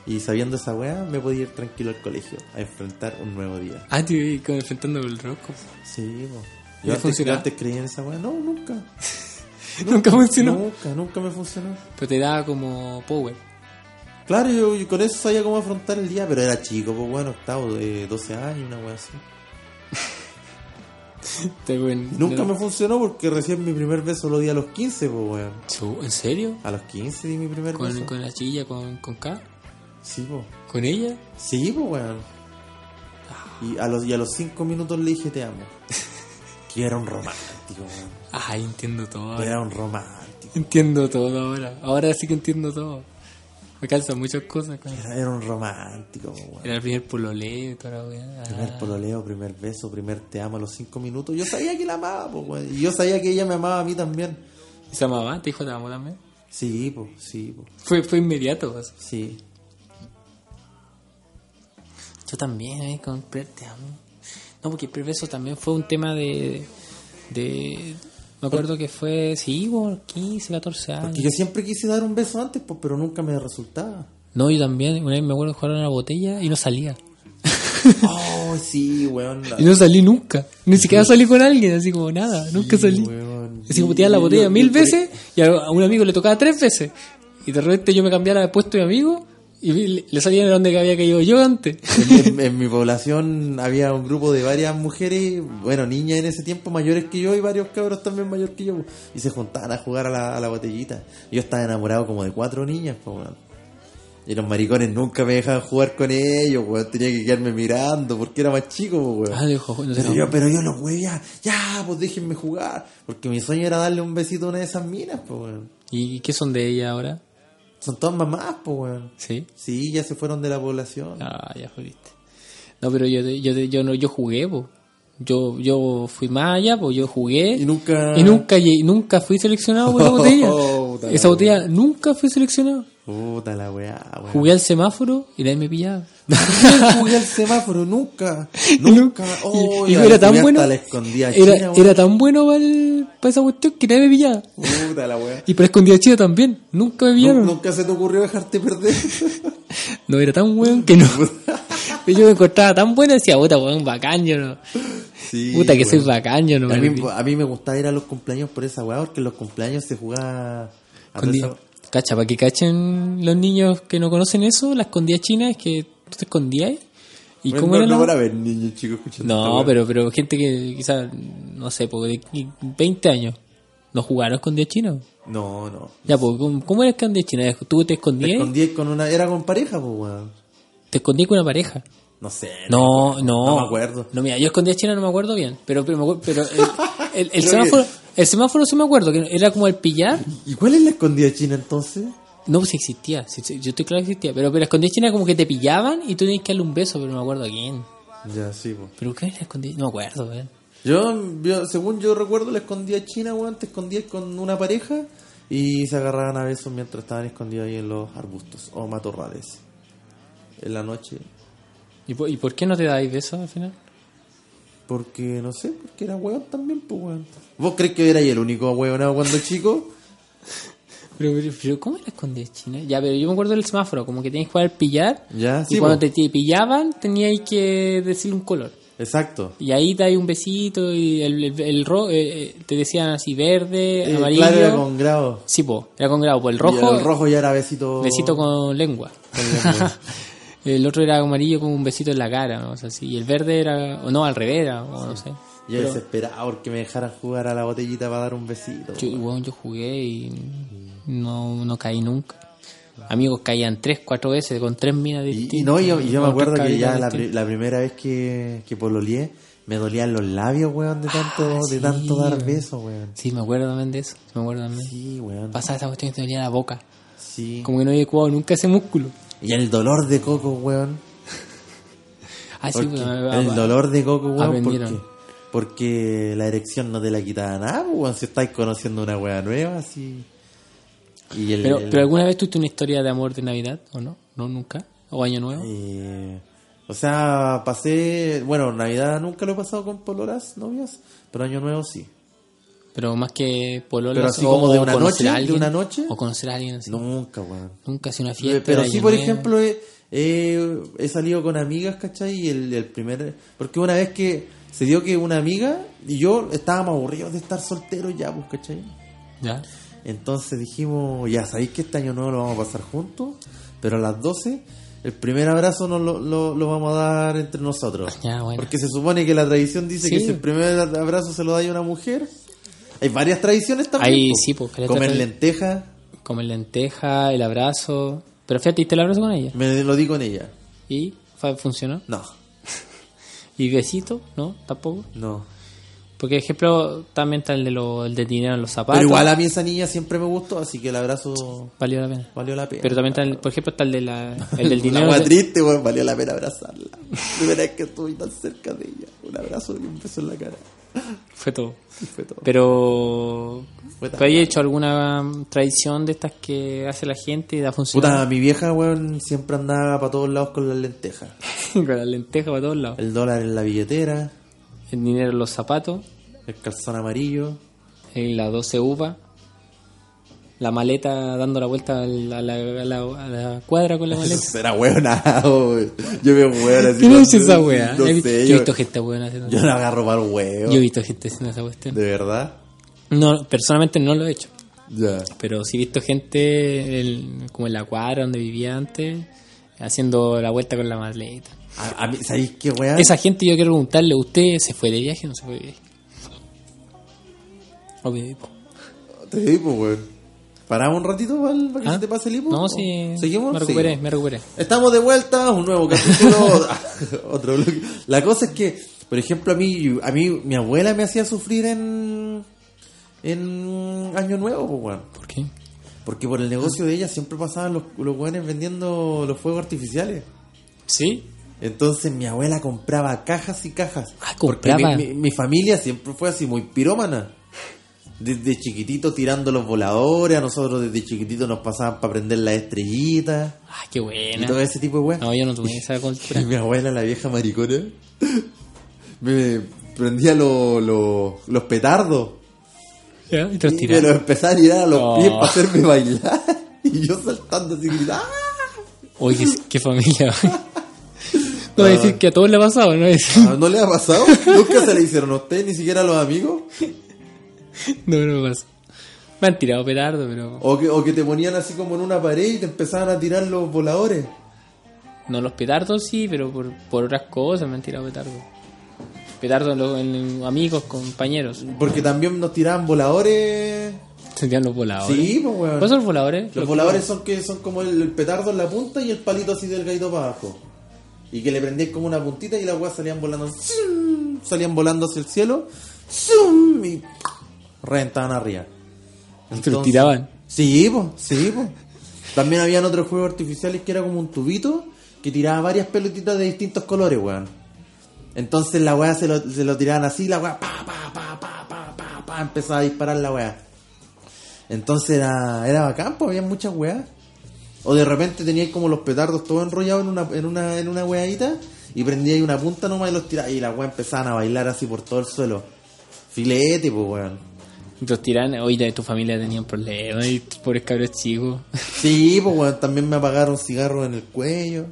Speaker 3: Y sabiendo esa wea me podía ir tranquilo al colegio a enfrentar un nuevo día.
Speaker 4: Ah, te vi como enfrentando el horóscopo.
Speaker 3: Sí, po.
Speaker 4: ¿Y
Speaker 3: Yo antes,
Speaker 4: funcionaba?
Speaker 3: yo antes creía en esa weá. No, nunca.
Speaker 4: Nunca funcionó.
Speaker 3: Nunca, nunca me funcionó.
Speaker 4: Pero te daba como power.
Speaker 3: Claro, yo, yo con eso sabía cómo afrontar el día, pero era chico, pues bueno, octavo, de 12 años, una weá así.
Speaker 4: Te-
Speaker 3: Y nunca me funcionó porque recién mi primer beso lo di a los 15, pues weón.
Speaker 4: Chu, ¿En serio?
Speaker 3: A los 15 di mi primer
Speaker 4: ¿Con,
Speaker 3: beso.
Speaker 4: con la chiquilla, con, con K?
Speaker 3: Sí, po.
Speaker 4: ¿Con ella?
Speaker 3: Sí, pues weón. Y a los, y a los 5 minutos le dije te amo. que era un romántico, weón.
Speaker 4: Ay, entiendo todo. ahora.
Speaker 3: Era un romántico.
Speaker 4: Entiendo todo ahora. Ahora sí que entiendo todo. Me calzan muchas cosas. claro.
Speaker 3: Era, era un romántico, po, weón.
Speaker 4: Era el primer pololeo y toda la weá.
Speaker 3: Primer pololeo, primer beso, primer te amo a los cinco minutos. Yo sabía que la amaba, po, weón. Y yo sabía que ella me amaba a mí también.
Speaker 4: ¿Y ¿Se amaba? ¿Te dijo te amo también?
Speaker 3: Sí, po, sí, po,
Speaker 4: Fue, fue inmediato. pues.
Speaker 3: sí.
Speaker 4: así. Yo también, eh, con Primer Te Amo. No, porque el primer beso también fue un tema de. de me acuerdo que fue, sí, bueno, 15, 14 años.
Speaker 3: Porque yo siempre quise dar un beso antes, po, pero nunca me resultaba.
Speaker 4: No, yo también, una vez me acuerdo que jugaron a la botella y no salía.
Speaker 3: Oh, sí, weón.
Speaker 4: Y no salí nunca. Ni siquiera salí con alguien, así como nada. nunca salí.
Speaker 3: weón.
Speaker 4: así como tiraba la
Speaker 3: Yo-
Speaker 4: botella
Speaker 3: yo-
Speaker 4: mil
Speaker 3: yo-
Speaker 4: veces y a, a un amigo le tocaba tres veces. Y de repente yo me cambiaba de puesto de amigo y le, le salía en donde había caído yo antes.
Speaker 3: En, en- en mi población había un grupo de varias mujeres, bueno, niñas en ese tiempo mayores que yo y varios cabros también mayores que yo. po. Y se juntaban a jugar a la, a la botellita. Yo estaba enamorado como de cuatro niñas, po, weón. Y los maricones nunca me dejaban jugar con ellos, weón. Tenía que quedarme mirando porque era más chico, po, weón.
Speaker 4: Ah, dijo, no
Speaker 3: pero,
Speaker 4: sé,
Speaker 3: yo, pero yo los güey, ya, ya, pues déjenme jugar. Porque mi sueño era darle un besito a una de esas minas, po, weón.
Speaker 4: ¿Y qué son de ella ahora?
Speaker 3: Son todas mamás, po, weón.
Speaker 4: Sí.
Speaker 3: Sí, ya se fueron de la población.
Speaker 4: Ah, ya jodiste. No, pero yo, yo, yo, no, yo jugué, po. Yo, yo fui más allá, po. Yo jugué.
Speaker 3: Y nunca- Oh,
Speaker 4: Y nunca, llegué- nunca fui seleccionado por la botella.
Speaker 3: Puta la
Speaker 4: Esa botella nunca fui seleccionado.
Speaker 3: Puta la weá, weón.
Speaker 4: Jugué al semáforo y nadie me pillaba.
Speaker 3: Nunca jugué al semáforo, nunca. Nunca. Oh,
Speaker 4: y, y
Speaker 3: la
Speaker 4: era tan
Speaker 3: cubierta
Speaker 4: bueno.
Speaker 3: La escondía
Speaker 4: era,
Speaker 3: china,
Speaker 4: era tan bueno para esa cuestión que nadie me pillaba.
Speaker 3: weón. Puta la weá.
Speaker 4: Y para escondida chida también. Nunca me
Speaker 3: Nu-
Speaker 4: pillaron. No,
Speaker 3: Nunca se te ocurrió dejarte perder.
Speaker 4: era tan weón que no. Y yo me encontraba tan bueno y decía, puta weón, bacán, yo no.
Speaker 3: Sí,
Speaker 4: puta que
Speaker 3: weón.
Speaker 4: soy bacán, yo no.
Speaker 3: A
Speaker 4: me
Speaker 3: mí, a mí me gustaba ir a los cumpleaños por esa weá, porque en los cumpleaños se jugaba. a toda
Speaker 4: Escondida-
Speaker 3: esa-
Speaker 4: Cacha, para que cachen los niños que no conocen eso, la escondida china es que tú te escondías. ¿Y
Speaker 3: Bueno,
Speaker 4: cómo
Speaker 3: no,
Speaker 4: era la-
Speaker 3: no van a ver niños chicos escuchando
Speaker 4: No,
Speaker 3: esta weá.
Speaker 4: pero, pero gente que quizás, no sé, porque de 20 años, ¿no jugaron escondida china?
Speaker 3: No, no.
Speaker 4: Ya, pues, ¿cómo, cómo era escondida china? ¿Tú te
Speaker 3: Me
Speaker 4: escondías?
Speaker 3: escondí con una. Era con pareja, pues weón.
Speaker 4: Te escondías con una pareja.
Speaker 3: No sé.
Speaker 4: No, no.
Speaker 3: No me acuerdo.
Speaker 4: No, mira, yo escondía China, no me acuerdo bien. Pero, pero, me acuer- pero el, el- el
Speaker 3: Creo
Speaker 4: semáforo, el semáforo sí me acuerdo, que era como el pillar.
Speaker 3: ¿Y cuál es la escondida china entonces?
Speaker 4: No, pues existía. sí, sí, yo estoy claro que existía. Pero, pero escondía China como que te pillaban y tú tenías que darle un beso, pero no me acuerdo a quién.
Speaker 3: Ya, sí, pues.
Speaker 4: ¿Pero qué era escondida? No me acuerdo, weón.
Speaker 3: Yo, yo- según yo recuerdo, la escondía china, weón, te escondías con una pareja y se agarraban a besos mientras estaban escondidos ahí en los arbustos o matorrales. En la noche.
Speaker 4: ¿Y por, y por qué no te dais besos al final?
Speaker 3: Porque, no sé, porque era weón también, pues weón. ¿Vos crees que era ahí el único weonado cuando chico?
Speaker 4: Pero, pero, pero, ¿cómo era escondida China? Ya, pero yo me acuerdo del semáforo, como que tenías que jugar al pillar.
Speaker 3: Ya,
Speaker 4: y
Speaker 3: sí,
Speaker 4: cuando
Speaker 3: po.
Speaker 4: te, te pillaban, tenías que decirle un color.
Speaker 3: Exacto.
Speaker 4: Y ahí te hay un besito y el, el, el ro- eh, eh, te decían así verde,
Speaker 3: Eh,
Speaker 4: amarillo.
Speaker 3: claro, era con grado.
Speaker 4: Sí, po, era con grado. po, el rojo,
Speaker 3: Y el rojo ya era besito.
Speaker 4: besito con lengua.
Speaker 3: con lengua.
Speaker 4: El otro era amarillo con un besito en la cara, ¿no? O sea, sí. Y el verde era. O no, al revés era, o no sé.
Speaker 3: Yo
Speaker 4: Pero-
Speaker 3: desesperaba porque me dejaran jugar a la botellita para dar un besito.
Speaker 4: Yo, weón, yo jugué y no, no caí nunca. Amigos caían tres, cuatro veces con tres minas distintas.
Speaker 3: Y, y no, y yo, y yo me
Speaker 4: con
Speaker 3: acuerdo
Speaker 4: tres
Speaker 3: que ya
Speaker 4: cabritas
Speaker 3: la, pri- la primera vez que, que pololeé, me dolían los labios, weón, de tanto, de
Speaker 4: Ah, sí,
Speaker 3: tanto dar
Speaker 4: weón.
Speaker 3: besos, weón.
Speaker 4: distintas. Sí, me acuerdo también de eso. Me acuerdo también.
Speaker 3: Sí, weón.
Speaker 4: Pasaba esa cuestión que te dolía la boca.
Speaker 3: Sí.
Speaker 4: Como que no había cuidado nunca ese músculo.
Speaker 3: Y el dolor de coco, weón.
Speaker 4: Ah, sí,
Speaker 3: Porque
Speaker 4: pues,
Speaker 3: el dolor de coco, weón,
Speaker 4: aprendieron.
Speaker 3: porque, porque la erección no te la quitaba nada, pues, weón. Si estáis conociendo una weá nueva, así. Y el,
Speaker 4: Pero,
Speaker 3: el-
Speaker 4: pero alguna vez tuviste una historia de amor de Navidad, ¿o no? No, nunca. ¿O Año Nuevo?
Speaker 3: Eh, o sea, pasé. Bueno, Navidad nunca lo he pasado con pololas, novias, pero Año Nuevo sí.
Speaker 4: Pero más que pololas
Speaker 3: Pero así
Speaker 4: o-
Speaker 3: como de
Speaker 4: o
Speaker 3: una
Speaker 4: conocer
Speaker 3: noche,
Speaker 4: a
Speaker 3: de
Speaker 4: alguien,
Speaker 3: una noche.
Speaker 4: O conocer a alguien así.
Speaker 3: Nunca, weón.
Speaker 4: Nunca hice una
Speaker 3: Eh,
Speaker 4: fiesta.
Speaker 3: Pero
Speaker 4: de
Speaker 3: sí,
Speaker 4: Año
Speaker 3: por
Speaker 4: Nuevo.
Speaker 3: ejemplo, he, he- he salido con amigas, ¿cachai? Y el, el primer... Porque una vez que se dio que una amiga y yo estábamos aburridos de estar solteros ya, pues, ¿cachai?
Speaker 4: ¿Ya?
Speaker 3: Entonces dijimos, ya sabéis que este año nuevo lo vamos a pasar juntos, pero a las 12 el primer abrazo nos lo, lo- lo vamos a dar entre nosotros.
Speaker 4: Ah, Ya, bueno.
Speaker 3: Porque se supone que la tradición dice que
Speaker 4: Sí.
Speaker 3: si el primer abrazo se lo da a una mujer, hay varias tradiciones también.
Speaker 4: Ahí
Speaker 3: pues.
Speaker 4: sí, pues, caleta
Speaker 3: Comer
Speaker 4: tradi-
Speaker 3: lentejas,
Speaker 4: Comer lenteja, el abrazo. Pero fíjate, ¿diste el abrazo con ella?
Speaker 3: me lo di con ella.
Speaker 4: ¿Y fa- funcionó?
Speaker 3: No,
Speaker 4: ¿Y besito? ¿No? ¿Tampoco?
Speaker 3: no.
Speaker 4: Porque, ejemplo, también está el de, lo- el de dinero en los zapatos.
Speaker 3: Pero igual a mí esa niña siempre me gustó, así que el abrazo
Speaker 4: Valió la pena.
Speaker 3: valió la pena.
Speaker 4: Pero también está, el- por ejemplo, está el, de la, el del
Speaker 3: Una
Speaker 4: dinero...
Speaker 3: wea
Speaker 4: de-
Speaker 3: triste, weón, valió la pena abrazarla. Primera vez que estuve tan cerca de ella. Un abrazo y un beso en la cara.
Speaker 4: Fue todo.
Speaker 3: Y fue todo.
Speaker 4: Pero...
Speaker 3: Fue tan
Speaker 4: ¿Tú has hecho alguna um, tradición de estas que hace la gente y da
Speaker 3: Puta,
Speaker 4: funcionado?
Speaker 3: mi vieja, weón, siempre andaba para todos lados con las lentejas.
Speaker 4: con la lenteja para todos lados.
Speaker 3: El dólar en la billetera,
Speaker 4: El dinero en los zapatos,
Speaker 3: el calzón amarillo.
Speaker 4: eh, la 12 uva, la maleta dando la vuelta a la, a la- a la- a la cuadra con la maleta.
Speaker 3: Será hueonado, weón. Yo veo weón así.
Speaker 4: ¿Quién
Speaker 3: no-
Speaker 4: hizo esa weá?
Speaker 3: No
Speaker 4: He vi-
Speaker 3: sé,
Speaker 4: yo he
Speaker 3: yo,
Speaker 4: visto gente buena haciendo
Speaker 3: yo no agarro para el huevo.
Speaker 4: Yo he visto gente haciendo esa cuestión.
Speaker 3: De verdad.
Speaker 4: No, personalmente no lo he hecho.
Speaker 3: Ya.
Speaker 4: Pero sí he visto gente el- como en la cuadra donde vivía antes, haciendo la vuelta con la maleta.
Speaker 3: A, a mí, ¿sabéis qué weón?
Speaker 4: Esa gente yo quiero preguntarle, ¿usted se fue de viaje o no se fue de viaje? Obvio, hipo.
Speaker 3: Te digo, weón. Paramos un ratito pues, para que
Speaker 4: ¿Ah?
Speaker 3: se te pase el hipo.
Speaker 4: No,
Speaker 3: ¿O
Speaker 4: sí.
Speaker 3: ¿Seguimos?
Speaker 4: Me recuperé,
Speaker 3: Seguimos.
Speaker 4: me recuperé.
Speaker 3: Estamos de vuelta, un nuevo capítulo, otro bloque. La cosa es que, por ejemplo, a mí, a mí mi abuela me hacía sufrir en, en Año Nuevo, pues, weón.
Speaker 4: ¿Por qué?
Speaker 3: Porque por el negocio de ella siempre pasaban los, los weones vendiendo los fuegos artificiales.
Speaker 4: ¿Sí?
Speaker 3: Entonces mi abuela compraba cajas y cajas.
Speaker 4: Ah,
Speaker 3: Porque mi-
Speaker 4: compraba.
Speaker 3: mi, mi familia siempre fue así, muy pirómana. Desde chiquitito tirando los voladores, a nosotros desde chiquitito nos pasaban para prender las estrellitas
Speaker 4: Ah, qué
Speaker 3: y todo
Speaker 4: buena.
Speaker 3: ese tipo de weas.
Speaker 4: No, yo no tuve esa
Speaker 3: Y
Speaker 4: cultura.
Speaker 3: mi abuela, la vieja maricona, me prendía lo- lo- los petardos.
Speaker 4: ¿Ya? Y te los
Speaker 3: Y me los
Speaker 4: tiraba.
Speaker 3: empezaba a tirar a los
Speaker 4: No.
Speaker 3: pies para hacerme bailar. Y yo saltando así gritando. ¡ah!
Speaker 4: Oye, qué familia. No voy a decir que a todos le ha pasado, ¿no? Es-
Speaker 3: Ah, ¿No le ha pasado? Nunca se le hicieron a usted, ni siquiera a los amigos.
Speaker 4: No, no me pasa. Me han tirado petardo, pero
Speaker 3: O que, o que te ponían así como en una pared y te empezaban a tirar los voladores.
Speaker 4: No los petardos sí, pero por, por otras cosas me han tirado petardos. Petardos lo- en, en amigos, compañeros.
Speaker 3: Porque también nos tiraban voladores.
Speaker 4: Se tiran los voladores.
Speaker 3: Sí, pues weón.
Speaker 4: ¿Cuáles son los voladores?
Speaker 3: Los voladores son que son como el, el petardo en la punta y el palito así delgadito para abajo. Y que le prendías como una puntita y las weas salían volando. ¡zum! Salían volando hacia el cielo. ¡zum! Y reventaban arriba.
Speaker 4: Te los tiraban.
Speaker 3: Sí, pues, sí, pues. También habían otros juegos artificiales que era como un tubito que tiraba varias pelotitas de distintos colores, weón. Entonces la weá se lo, se lo tiraban así, la weá pa, pa, pa, pa, pa, pa, pa, empezaba a disparar la weá. Entonces era, era bacán, pues había muchas weas. O de repente teníais como los petardos todos enrollados en una, en una, en una weadita y prendíais una punta nomás y los tiráis y las weas empezaban a bailar así por todo el suelo. Filete, pues weón.
Speaker 4: Te los tiran. Oye, de tu familia tenían problemas. Y tus pobres cabros chicos.
Speaker 3: Sí, pues weón, también me apagaron cigarros en el cuello.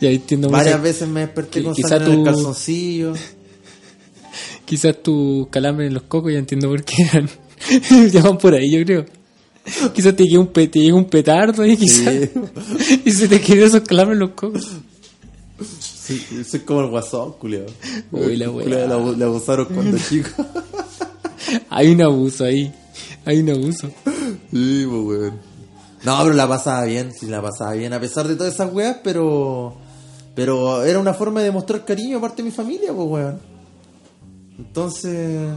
Speaker 4: ya entiendo
Speaker 3: Varias
Speaker 4: mucho.
Speaker 3: veces me desperté
Speaker 4: qui-
Speaker 3: con
Speaker 4: quizá
Speaker 3: sangre en el
Speaker 4: tú-
Speaker 3: calzoncillo.
Speaker 4: Quizás tus calambres en los cocos, ya entiendo por qué eran. ya van por ahí, yo creo. Quizás te llegue un, pe- te llegue un petardo y quizás. y se te quedan esos calambres en los cocos.
Speaker 3: Sí, soy como el guasón, culiado.
Speaker 4: Uy, la
Speaker 3: Culiao,
Speaker 4: weá.
Speaker 3: la abu- la abusaron cuando chico.
Speaker 4: Hay un abuso ahí. Hay un abuso.
Speaker 3: Sí, pues, weón. No, pero la pasaba bien, sí, la pasaba bien, a pesar de todas esas weas, pero. Pero era una forma de mostrar cariño aparte de mi familia, pues, weón. Entonces.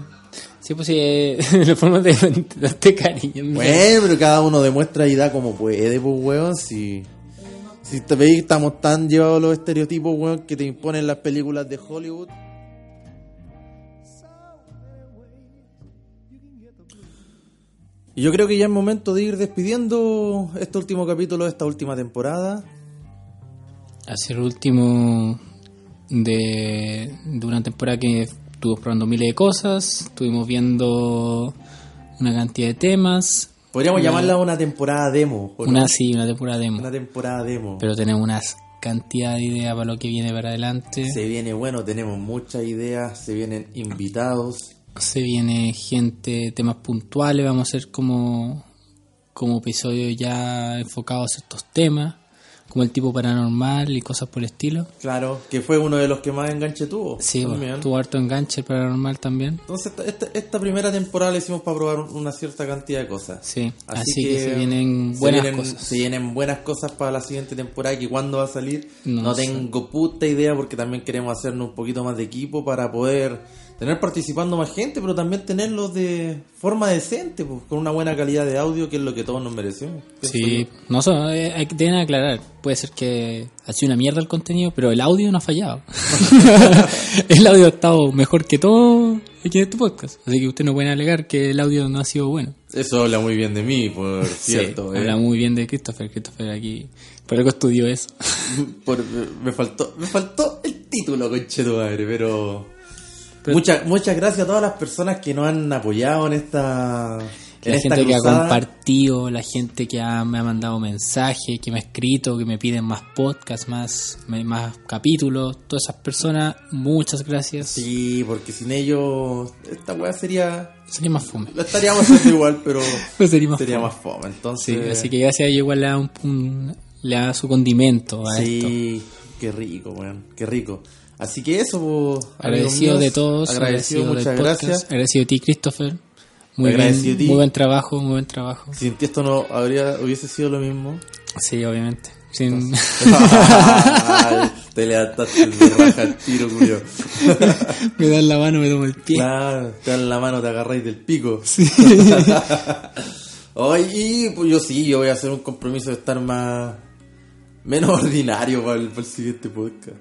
Speaker 4: Sí, pues sí, eh, la forma de darte cariño. ¿no?
Speaker 3: Bueno, pero cada uno demuestra y da como puede, pues, weón. Si, si te veis, estamos tan llevados a los estereotipos, weón, que te imponen las películas de Hollywood. Y yo creo que ya es momento de ir despidiendo este último capítulo de esta última temporada.
Speaker 4: Hacer último de, de una temporada que estuvimos probando miles de cosas. Estuvimos viendo una cantidad de temas.
Speaker 3: Podríamos llamarla una temporada demo. ¿o no?
Speaker 4: Una sí, una temporada demo.
Speaker 3: Una temporada demo.
Speaker 4: Pero tenemos unas cantidad de ideas para lo que viene para adelante.
Speaker 3: Se viene bueno, tenemos muchas ideas, se vienen invitados.
Speaker 4: Se viene gente, temas puntuales, vamos a hacer como, como episodio ya enfocado a ciertos temas, como el tipo paranormal y cosas por el estilo.
Speaker 3: Claro, que fue uno de los que más enganche tuvo.
Speaker 4: Sí,
Speaker 3: también.
Speaker 4: bueno, tuvo harto enganche el paranormal también.
Speaker 3: Entonces, esta, esta- esta primera temporada la hicimos para probar una cierta cantidad de cosas.
Speaker 4: Sí, así que se vienen
Speaker 3: se
Speaker 4: buenas
Speaker 3: vienen-
Speaker 4: cosas.
Speaker 3: Se vienen buenas cosas para la siguiente temporada. Que cuándo va a salir, no,
Speaker 4: No sé.
Speaker 3: tengo puta idea. Porque también queremos hacernos un poquito más de equipo para poder tener participando más gente, pero también tenerlos de forma decente, pues, con una buena calidad de audio, que es lo que todos nos merecemos. pienso
Speaker 4: Sí, no sé, eh, hay que deben aclarar. Puede ser que ha sido una mierda el contenido, pero el audio no ha fallado. el audio ha estado mejor que todo aquí en este podcast. Así que usted no puede alegar que el audio no ha sido bueno.
Speaker 3: yo. Eso habla muy bien de mí, por
Speaker 4: Sí,
Speaker 3: cierto. eh.
Speaker 4: habla muy bien de Christopher. Christopher aquí, por algo estudió eso.
Speaker 3: Por- me faltó me faltó el título, conche tu madre, pero... Muchas, muchas gracias a todas las personas que nos han apoyado en esta... en
Speaker 4: la
Speaker 3: esta
Speaker 4: gente que ha
Speaker 3: cruzada.
Speaker 4: compartido, la gente que ha- me ha mandado mensajes, que me ha escrito, que me piden más podcasts, más, me- más capítulos. Todas esas personas, muchas gracias.
Speaker 3: Sí, porque sin ellos esta weá sería...
Speaker 4: Sería más fome.
Speaker 3: La estaríamos haciendo igual, pero
Speaker 4: Pues Sería más
Speaker 3: sería
Speaker 4: fome.
Speaker 3: más fome.
Speaker 4: Sí,
Speaker 3: Entonces...
Speaker 4: así que gracias a ella igual le da, un, un- le da su condimento a esto.
Speaker 3: Sí, qué rico, weón, qué rico. Así que eso, pues, amigos
Speaker 4: Agradecido
Speaker 3: míos,
Speaker 4: de todos,
Speaker 3: Agradecido,
Speaker 4: agradecido, del
Speaker 3: muchas
Speaker 4: podcast,
Speaker 3: gracias.
Speaker 4: agradecido de ti, Christopher. Muy,
Speaker 3: Agradecido de
Speaker 4: bien,
Speaker 3: ti.
Speaker 4: muy buen trabajo, muy buen trabajo.
Speaker 3: Sin ti esto no habría, hubiese sido lo mismo.
Speaker 4: Sí, obviamente. Sin-
Speaker 3: Ay, te levantaste de raja el tiro, culiao.
Speaker 4: me dan la mano, me tomo el pie.
Speaker 3: Claro, te dan la mano, te agarráis del pico. Ay, y, pues yo sí, yo voy a hacer un compromiso de estar más. menos ordinario para el, para el siguiente podcast.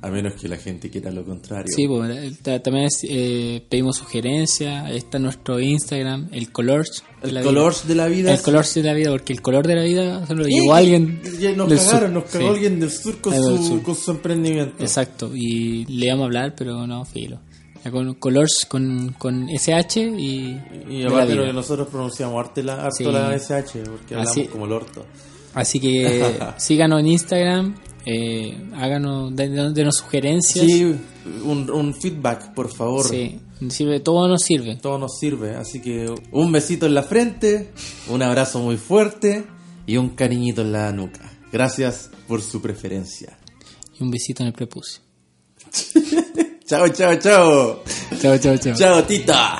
Speaker 3: A menos que la gente quiera lo contrario.
Speaker 4: Sí, pues, eh, ta- también es, eh, pedimos sugerencias. Ahí está nuestro Instagram, el color. de la
Speaker 3: el
Speaker 4: vida.
Speaker 3: color de la vida.
Speaker 4: El color de la vida, porque el color de la vida se lo
Speaker 3: Sí,
Speaker 4: llevó alguien.
Speaker 3: ya Nos
Speaker 4: del
Speaker 3: cagaron,
Speaker 4: sur.
Speaker 3: nos cagó
Speaker 4: Sí.
Speaker 3: alguien del sur con,
Speaker 4: Ahí va el
Speaker 3: su,
Speaker 4: sur.
Speaker 3: con su emprendimiento.
Speaker 4: Exacto, y le íbamos a hablar, pero no, filo. Ya Con Colors, con, con SH y.
Speaker 3: Y
Speaker 4: de la
Speaker 3: aparte
Speaker 4: vida.
Speaker 3: lo que nosotros pronunciamos harto la, harto
Speaker 4: Sí.
Speaker 3: la SH, porque hablamos
Speaker 4: Así-
Speaker 3: como el orto.
Speaker 4: Así que síganos en Instagram, eh, háganos, den- denos sugerencias.
Speaker 3: Sí, un, un feedback, por favor.
Speaker 4: Sí, sirve, todo nos sirve.
Speaker 3: Todo nos sirve, así que un besito en la frente, un abrazo muy fuerte y un cariñito en la nuca. Gracias por su preferencia.
Speaker 4: Y un besito en el prepucio.
Speaker 3: Chao, chao, chao.
Speaker 4: Chao, chao, chao.
Speaker 3: Chao, Tita.